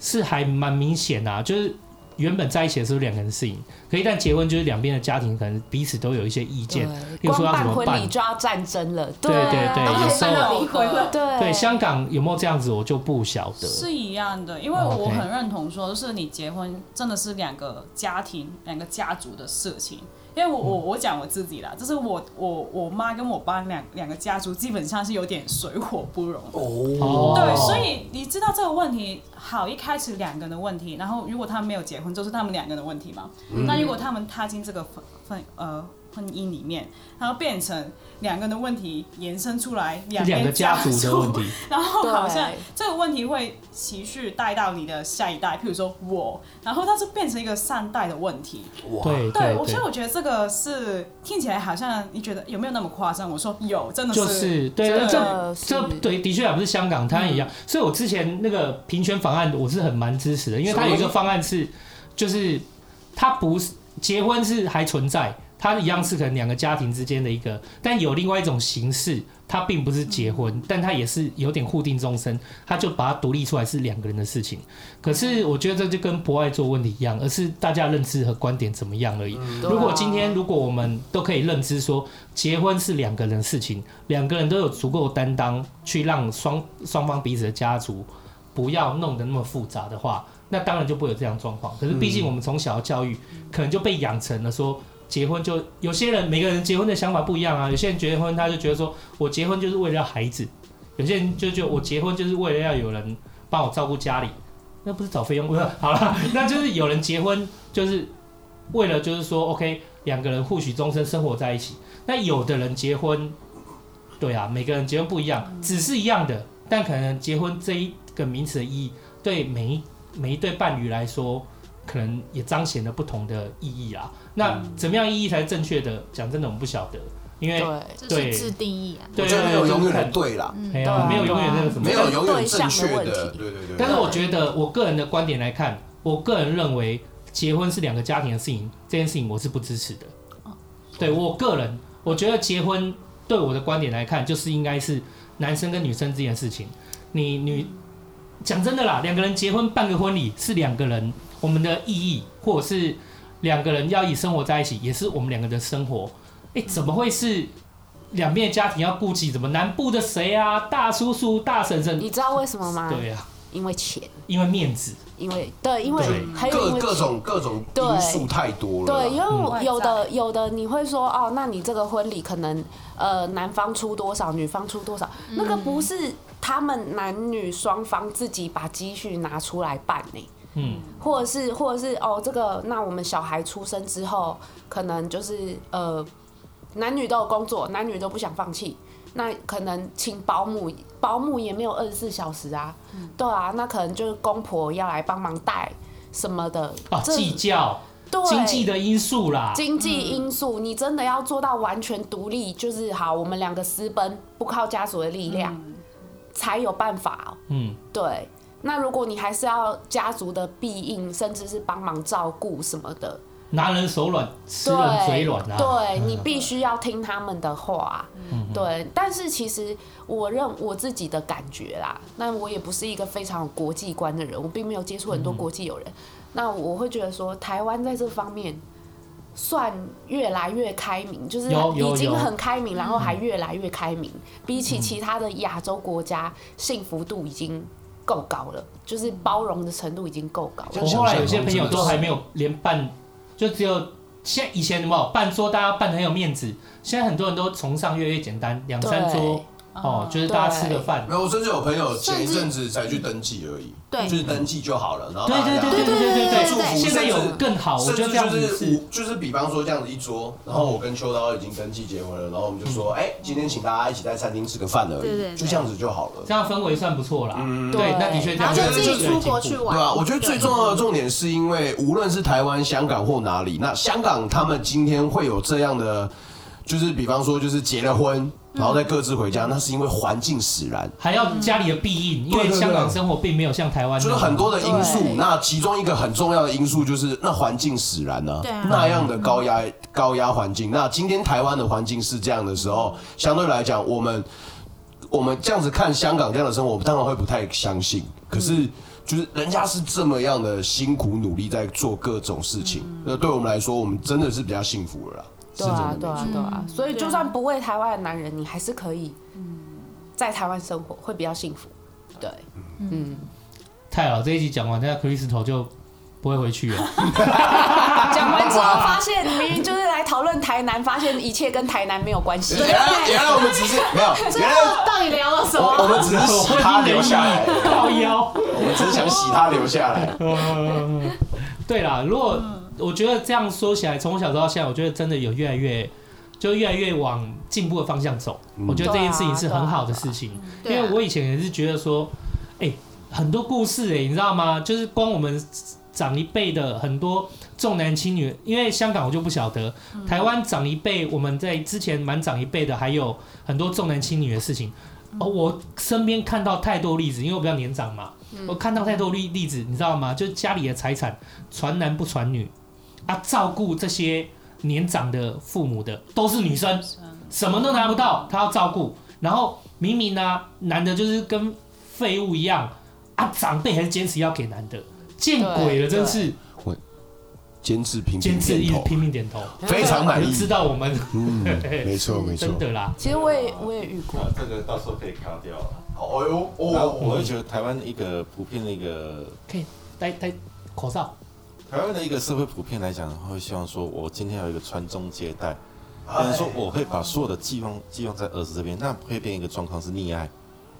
A: 是还蛮明显啊，就是原本在一起的时候两个人事情，可一旦结婚就是两边的家庭可能彼此都有一些意见，例如
D: 光
A: 说要怎
D: 办
A: 么
D: 婚
A: 办
D: 礼。就要战争了，
A: 对
D: 啊
A: 对对
D: 而
A: 有
D: 且
A: 时候
D: 办到
E: 离婚了
D: 对
A: 对香港有没有这样子，我就不晓得。
E: 是一样的，因为
A: 哦
E: 我
A: ，OK
E: 很认同说，就是你结婚真的是两个家庭、两个家族的事情。因为
A: 嗯
E: 我我我讲我自己啦，就是我我我妈跟我爸两两个家族基本上是有点水火不容。
A: 哦
E: 对，所以你知道这个问题，好，一开始两个人的问题，然后如果他们没有结婚，就是他们两个人的问题嘛。
A: 嗯
E: 那如果他们踏进这个婚婚呃婚姻里面，然后变成两个人的问题延伸出来，两
A: 哦两个
E: 边
A: 家族的问题，
E: 然后好像
D: 对
E: 这个问题会持续带到你的下一代，譬如说我，然后它就变成一个善待的问题。
A: 对
E: 对，我
A: 对
E: 所以我觉得这个是听起来好像你觉得有没有那么夸张？我说有，真的。
A: 就是是嗯对，
D: 真的
A: 这
D: 是
A: 这对的确还啊不是香港、台湾一样。所以我之前那个平权方案，我是很蛮支持的，因为它有一个方案是，就是它不是结婚是还存在，它一样是可能两个家庭之间的一个，但有另外一种形式，它并不是结婚，但它也是有点互定终身，它就把它独立出来是两个人的事情。可是我觉得这就跟博爱做问题一样，而是大家认知和观点怎么样而已。
D: 嗯啊
A: 如果今天如果我们都可以认知说，结婚是两个人的事情，两个人都有足够的担当去让双双方彼此的家族不要弄得那么复杂的话，那当然就不会有这样的状况。可是毕竟我们从小的教育，可能就被养成了说。结婚就有些人每个人结婚的想法不一样啊，有些人结婚他就觉得说我结婚就是为了要孩子，有些人就觉得我结婚就是为了要有人帮我照顾家里，那不是找费用？不是， 好了，那就是有人结婚就是为了就是说 OK 两个人互许终身生活在一起，那有的人结婚，对啊，每个人结婚不一样，
B: 嗯
A: 只是一样的，但可能结婚这一个名词的意义，对每一每一对伴侣来说，可能
B: 嗯
A: 也彰显了不同的意义啊。那怎么样意义才是正确的？讲真的，我们不晓得。因为
D: 对
C: 这
A: 对
C: 是自定义啊。
A: 对
B: 我觉得没有永远
A: 看
B: 的对啊啦，
D: 嗯
A: 没有哎没有永远那个什么
B: 没，有永远正确
D: 对象的
B: 的，
D: 问题
B: 对对对。
A: 但是我觉得我个人的观点来看，我个人认为结婚是两个家庭的事情，这件事情我是不支持的。对我个人，我觉得结婚对我的观点来看，就是应该是男生跟女生之间的事情。你女讲真的啦，两个人结婚办个婚礼是两个人我们的意义，或者是两个人要以生活在一起，也是我们两个的生活。哎、怎么会是两边的家庭要顾及？怎么南部的谁啊，大叔叔、大婶婶？
D: 你知道为什么吗？
A: 对呀、啊，
D: 因为钱，
A: 因为面子。
D: 因为对，因为
B: 对
D: 还有因
B: 各
D: 为
B: 各
D: 钱
B: 种各种因素太多了。
D: 对，因为我
E: 嗯
D: 有的有的你会说哦，那你这个婚礼可能呃男方出多少，女方出多少，那个不是他们男女双方自己把积蓄拿出来办呢、
A: 嗯，
D: 或者是或者是哦这个，那我们小孩出生之后，可能就是呃男女都有工作，男女都不想放弃。那可能请保姆，保姆也没有二十四小时啊，对啊，那可能就是公婆要来帮忙带什么的，
A: 啊，
D: 这
A: 计较
D: 对
A: 经济的因素啦。
D: 经济因素，你真的要做到完全独立，就是好，我们两个私奔，不靠家族的力量，才有办法、哦
A: 嗯，
D: 对，那如果你还是要家族的庇应，甚至是帮忙照顾什么的，
A: 拿人手软，吃
D: 对
A: 人嘴软啊。嗯
D: 对你必须要听他们的话，对。但是其实我认我自己的感觉啦，那我也不是一个非常有国际观的人，我并没有接触很多国际友人。
A: 嗯
D: 那我会觉得说，台湾在这方面算越来越开明，就是
A: 有有嗯
D: 已经
A: 有
D: 很开明，然后还越来越开明。比起其他的亚洲国家，
A: 嗯
D: 幸福度已经够高了，就是包容的程度已经够高了。
A: 我后来有些朋友都还没有连办，就只有现在以前有没有办桌，大家办得很有面子。现在很多人都崇尚越来越简单，两三桌哦，就是大家吃个饭
B: 没。有，我甚至有朋友前一阵子才去登记而已，
C: 对
B: 就是登记就好了。然后
A: 对
B: 大
A: 对
B: 家
A: 对对对对
C: 对对
A: 对，
C: 对
A: 现在有更好，我
B: 甚
A: 觉得
B: 至
A: 这样子
B: 就是
A: 是嗯
B: 五，就是比方说这样子一桌，然后我跟秋刀已经登记结婚了，然后我们就说，哎，今天请大家一起在餐厅吃个饭而
C: 对对对
B: 已，就这样子就好了
A: 这。样氛围算不错啦。对，
D: 对
A: 那的确这
C: 然
A: 样
C: 后
A: 子
C: 就
A: 有
C: 自
A: 进步，
C: 己出国去玩。
B: 对啊，我觉得最重要的重点是因为无论是台湾、香港或哪里，那香港他们今天会有这样的，就是比方说就是结了婚，然后再各自回家，那是因为环境使然。
A: 还要家里的庇应，因
B: 对
A: 为
B: 对对
A: 香港生活并没有像台湾那
B: 就是
A: 么
B: 很多的因素
D: 对，
B: 那其中一个很重要的因素就是那环境使然呢、
C: 对啊
B: 那样的高压高压环境。那今天台湾的环境是这样的时候，相对来讲，我们我们这样子看香港这样的生活，我们当然会不太相信。可是就是人家是这么样的辛苦努力在做各种事情，那对我们来说，我们真的是比较幸福了啦。
D: 对
B: 是真的
D: 啊
B: 没，
D: 对啊，对啊，所以
C: 对
D: 就
C: 啊
D: 算不为台湾的男人，你还是可以在台湾生活，会比较幸福。嗯对，
A: 太好，这一集讲完，那 Crystal 就不会回去了。
D: 讲完之后发现明明就是来讨论台南，发现一切跟台南没有关系。
B: 原来原来我们只是没有，
C: 最
B: 原来
C: 后到底聊了什
B: 我
C: 么？
B: 我们只是洗他留下来，
A: 靠腰。
B: 我们只是想洗他留下来。
A: 对啦，如果
C: 嗯
A: 我觉得这样说起来，从小到现在，我觉得真的有越来越，就越来越往进步的方向走。我觉得这件事情是很好的事情，因
C: 啊对啊
A: 为我以前也是觉得说，哎、很多故事哎、你知道吗？就是光我们长一辈的很多重男轻女，因为香港我就不晓得，
C: 嗯
A: 台湾长一辈，我们在之前蛮长一辈的，还有很多重男轻女的事情。哦，我身边看到太多例子，因为我比较年长嘛，
D: 嗯
A: 我看到太多例例子，你知道吗？就是家里的财产传男不传女，啊，照顾这些年长的父母的都是女生，什么都拿不到，她要照顾。然后明明呢、男的就是跟废物一样，啊，长辈还是坚持要给男的，见鬼了，
D: 对
A: 真是
B: 监制平
A: 坚
B: 平
A: 持
B: 点
A: 一直
B: 头，
A: 拼命点头，
B: 非常满
A: 就
B: 意。
A: 知道我们
B: 嗯，没 错没错
A: 真。的啦，
D: 其实我也我也遇过，
F: 啊这个到时候可以卡掉了。
B: 哦呦
F: 然后我会觉得台湾一个普遍的一个
A: 可以戴戴口罩，
F: 台湾的一个社会普遍来讲，会希望说，我今天要有一个传宗接代，但是说我会把所有的寄望寄望在儿子这边，那会变一个状况是溺爱。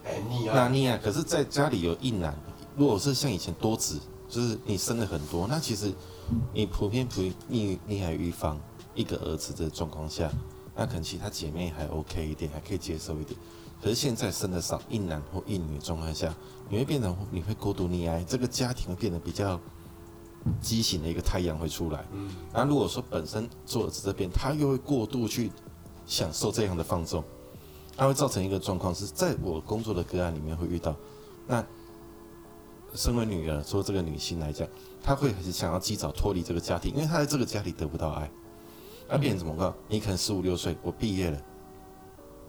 B: 哎你
F: 那
B: 啊，
F: 溺爱，可是在家里有一男，如果是像以前多子，就是你生了很多，那其实你普遍普溺溺爱于方一个儿子的状况下，那可能其他姐妹还 OK 一点，还可以接受一点。可是现在生的少，一男或一女的状况下，你会变成你会过度溺爱，这个家庭会变得比较畸形的一个太阳会出来。那如果说本身作者这边他又会过度去享受这样的放纵，它会造成一个状况是在我工作的个案里面会遇到。那身为女儿，说这个女性来讲，她会很想要及早脱离这个家庭，因为她在这个家里得不到爱。那别人怎么办？你可能十五六岁，我毕业了，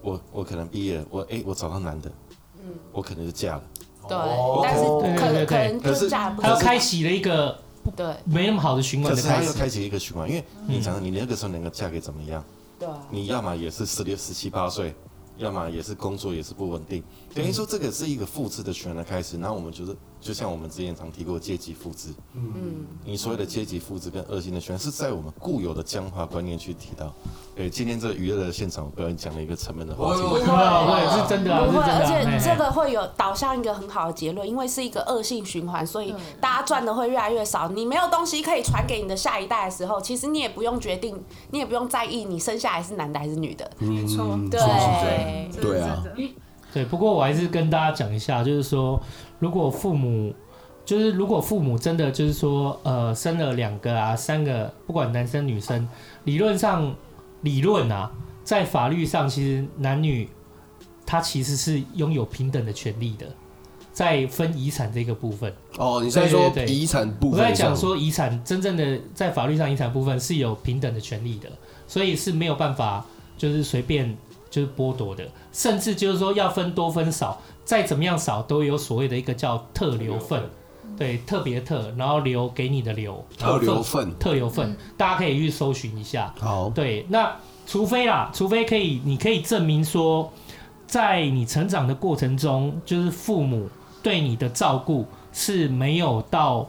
F: 我我可能毕业了，我诶，我找到男的，嗯，我可能就嫁了。
D: 对
B: 哦，
D: 但是可
A: 对对对
D: 能可
A: 对
D: 能
F: 可是
D: 就嫁不
A: 他又
D: 出
A: 开启了一个
D: 对
A: 没那么好的循环
F: 可
A: 的
F: 是他
A: 开
F: 又
A: 始。嗯
F: 开启一个循环，因为你想，你那个时候能够嫁给怎么样？
D: 对啊
F: 你要么也是十六、十七八岁，要么也是工作也是不稳定，等于说这个是一个复制的循环的开始。那我们就是就像我们之前常提过阶级复制，
D: 嗯，
F: 你所谓的阶级复制跟恶性的循环是在我们固有的僵化观念去提到。对，今天这个娱乐的现场，我不小心讲了一个沉闷的话题。
B: 我
A: 对，是真的啊，
D: 不
A: 是
D: 会，
A: 真
D: 而
A: 的啊。
D: 且
A: 嘿
D: 这个会有导向一个很好的结论，因为是一个恶性循环，所以大家赚的会越来越少。你没有东西可以传给你的下一代的时候，其实你也不用决定，你也不用在意你生下来是男的还是女的。
C: 没错，
D: 对，
E: 对
B: 对啊，
A: 对，不过我还是跟大家讲一下，就是说，如果父母，就是如果父母真的就是说，呃，生了两个啊、三个，不管男生女生，理论上，理论啊，在法律上，其实男女他其实是拥有平等的权利的，在分遗产这个部分。
B: 哦，你在说
A: 对对对
B: 遗产部
A: 我
B: 分上？
A: 在讲说遗产真正的在法律上遗产部分是有平等的权利的，所以是没有办法就是随便就是剥夺的，甚至就是说要分多分少，再怎么样少都有所谓的一个叫特留份，对，特别特，然后留给你的留
B: 特留
A: 然后
B: 份
A: 份，特留份，大家可以去搜寻一下。
B: 好，
A: 对，那除非啦，除非可以，你可以证明说，在你成长的过程中，就是父母对你的照顾是没有到，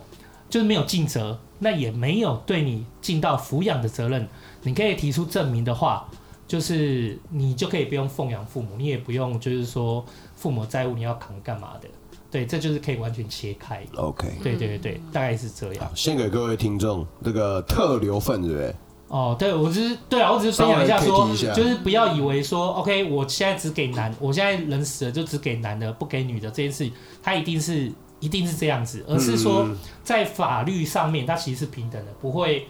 A: 就是没有尽责，那也没有对你尽到抚养的责任。你可以提出证明的话，就是你就可以不用奉养父母，你也不用就是说父母债务你要扛干嘛的。对，这就是可以完全切开。
B: ，OK，
A: 对对对对，大概是这样。
B: 好，献给各位听众这个特留份，对不对？
A: 哦，对，我只是对啊，我只是分享一下
B: 稍微
A: 说，
B: 提一下
A: 就是不要以为说，OK，我现在只给男，我现在人死了就只给男的，不给女的这件事，它一定是一定是这样子，而是说
B: 嗯
A: 在法律上面，它其实是平等的，不会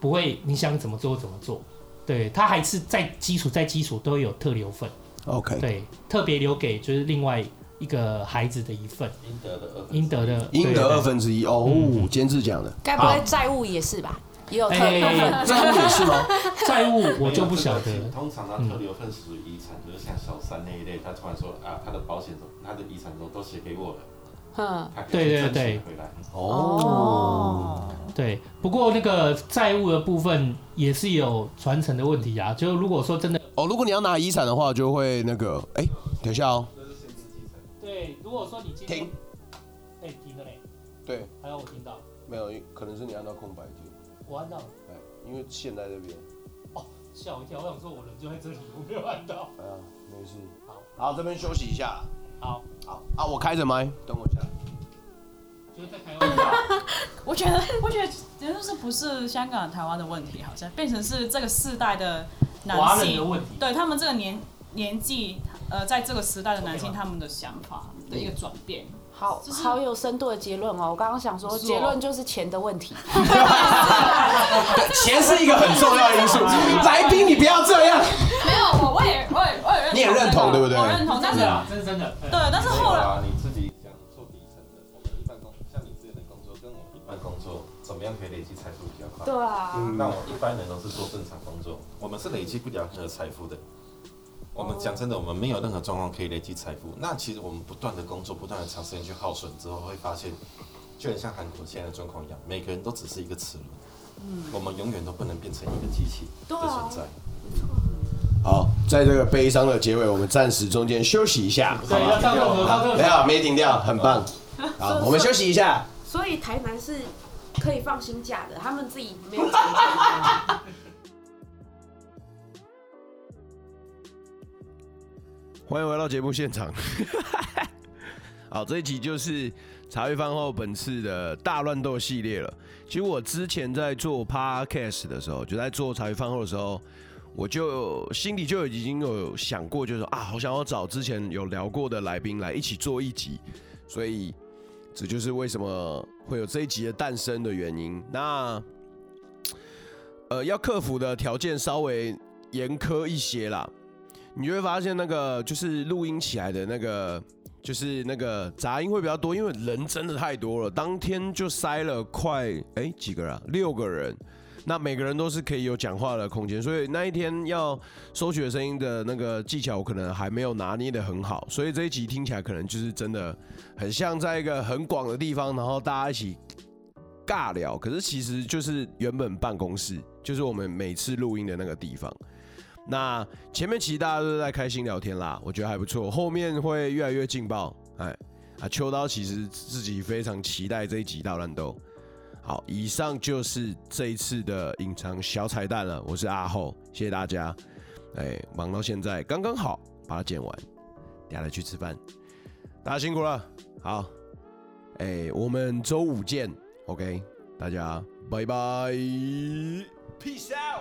A: 不会你想怎么做怎么做，对，它还是在基础在基础都有特留份，
B: ，OK，
A: 对，特别留给就是另外一个孩子的一份，
F: 应得的二
A: 应得的，
B: 应得
A: 对
B: 二，分之一哦，监制讲的，
D: 该不会债务也是吧？也有
A: 对
D: 特
A: 哎、
D: 别分。
B: 这样也 是吗？
A: 债务我就不晓得嗯
F: 没有这个通常它特留份属于遗产，就是像小三那一类，他突然说啊，他的保险中，他的遗产中都写给我了，
D: 嗯，
F: 他可以
A: 对对
F: 争取
A: 对
F: 回来。
B: 哦，
A: 对，不过那个债务的部分也是有传承的问题啊。就如果说真的，
B: 哦，如果你要拿遗产的话，就会那个，哎，等一下哦，
A: 对，如果说你今
B: 天停，
A: 哎、停了嘞，
B: 对，
A: 还有我听到，
B: 没有，可能是你按到空白键，
A: 我按到了，
B: 哎，因为现在这边，
A: 吓我一跳，我想说我人就在这里，我没有按到。
B: 哎呀，没事，
A: 好，
B: 好，这边休息一下，
A: 好，
B: 好啊，我开着麦，等我一下，
A: 就是在台湾 吧，
E: 我觉得，我觉得，真的是不是香港、台湾的问题，好像变成是这个世代的男
A: 华人的
E: 性，
A: 问题。
E: 对他们这个年年纪，呃，在这个时代的男性，他们的想法的
B: 嗯
E: 一个转变。
D: 好
E: 就是
D: 好有深度的结论哦！我刚刚想说，
E: 是哦
D: 结论就是钱的问题。
B: 钱是一个很重要的因素，来宾你不要这样，
E: 没有，哦我我也我也我也认同，
B: 你也认同对不对嗯
E: 我认同，但
A: 真
E: 是
A: 的啊，这是真的。对
E: 对，但是
F: 没有
E: 后来。
F: 啊，你自己讲做底层的，我们一般工像你之前的工作，跟我一般工作怎么样可以累积财富比较快？
D: 啊，
F: 那我一般人都是做正常工作，我们是累积不了任何财富的。我们讲真的，我们没有任何状况可以累积财富。那其实我们不断的工作，不断的长时间去耗损之后，会发现，就很像韩国现在的状况一样，每个人都只是一个齿轮。我们永远都不能变成一个机器的
D: 啊
F: 存在。
B: 好，在这个悲伤的结尾，我们暂时中间休息一下，
A: 对，要上厕所，上厕
B: 没
A: 所。
B: 有，没停掉，很棒，好，我们休息一下。
D: 所以台南是可以放心假的，他们自己没有钱赚。
B: 欢迎回到节目现场。好，这一集就是茶余饭后本次的大乱斗系列了。其实我之前在做 podcast 的时候，就在做茶余饭后的时候，我就心里就已经有想过，就是说啊，好想要找之前有聊过的来宾来一起做一集，所以这就是为什么会有这一集的诞生的原因。那呃，要克服的条件稍微严苛一些啦。你就会发现那个就是录音起来的那个，就是那个杂音会比较多，因为人真的太多了。当天就塞了快哎、几个人、啊，六个人。那每个人都是可以有讲话的空间，所以那一天要收取的声音的那个技巧，我可能还没有拿捏的很好，所以这一集听起来可能就是真的很像在一个很广的地方，然后大家一起尬聊，可是其实就是原本办公室，就是我们每次录音的那个地方。那前面其实大家都在开心聊天啦，我觉得还不错，后面会越来越劲爆。哎，啊，秋刀其实自己非常期待这一集大乱斗。好，以上就是这一次的隐藏小彩蛋了。我是阿厚，谢谢大家。哎，忙到现在刚刚好把它剪完，等下来去吃饭，大家辛苦了。好，哎，我们周五见。OK，大家拜拜，Peace out。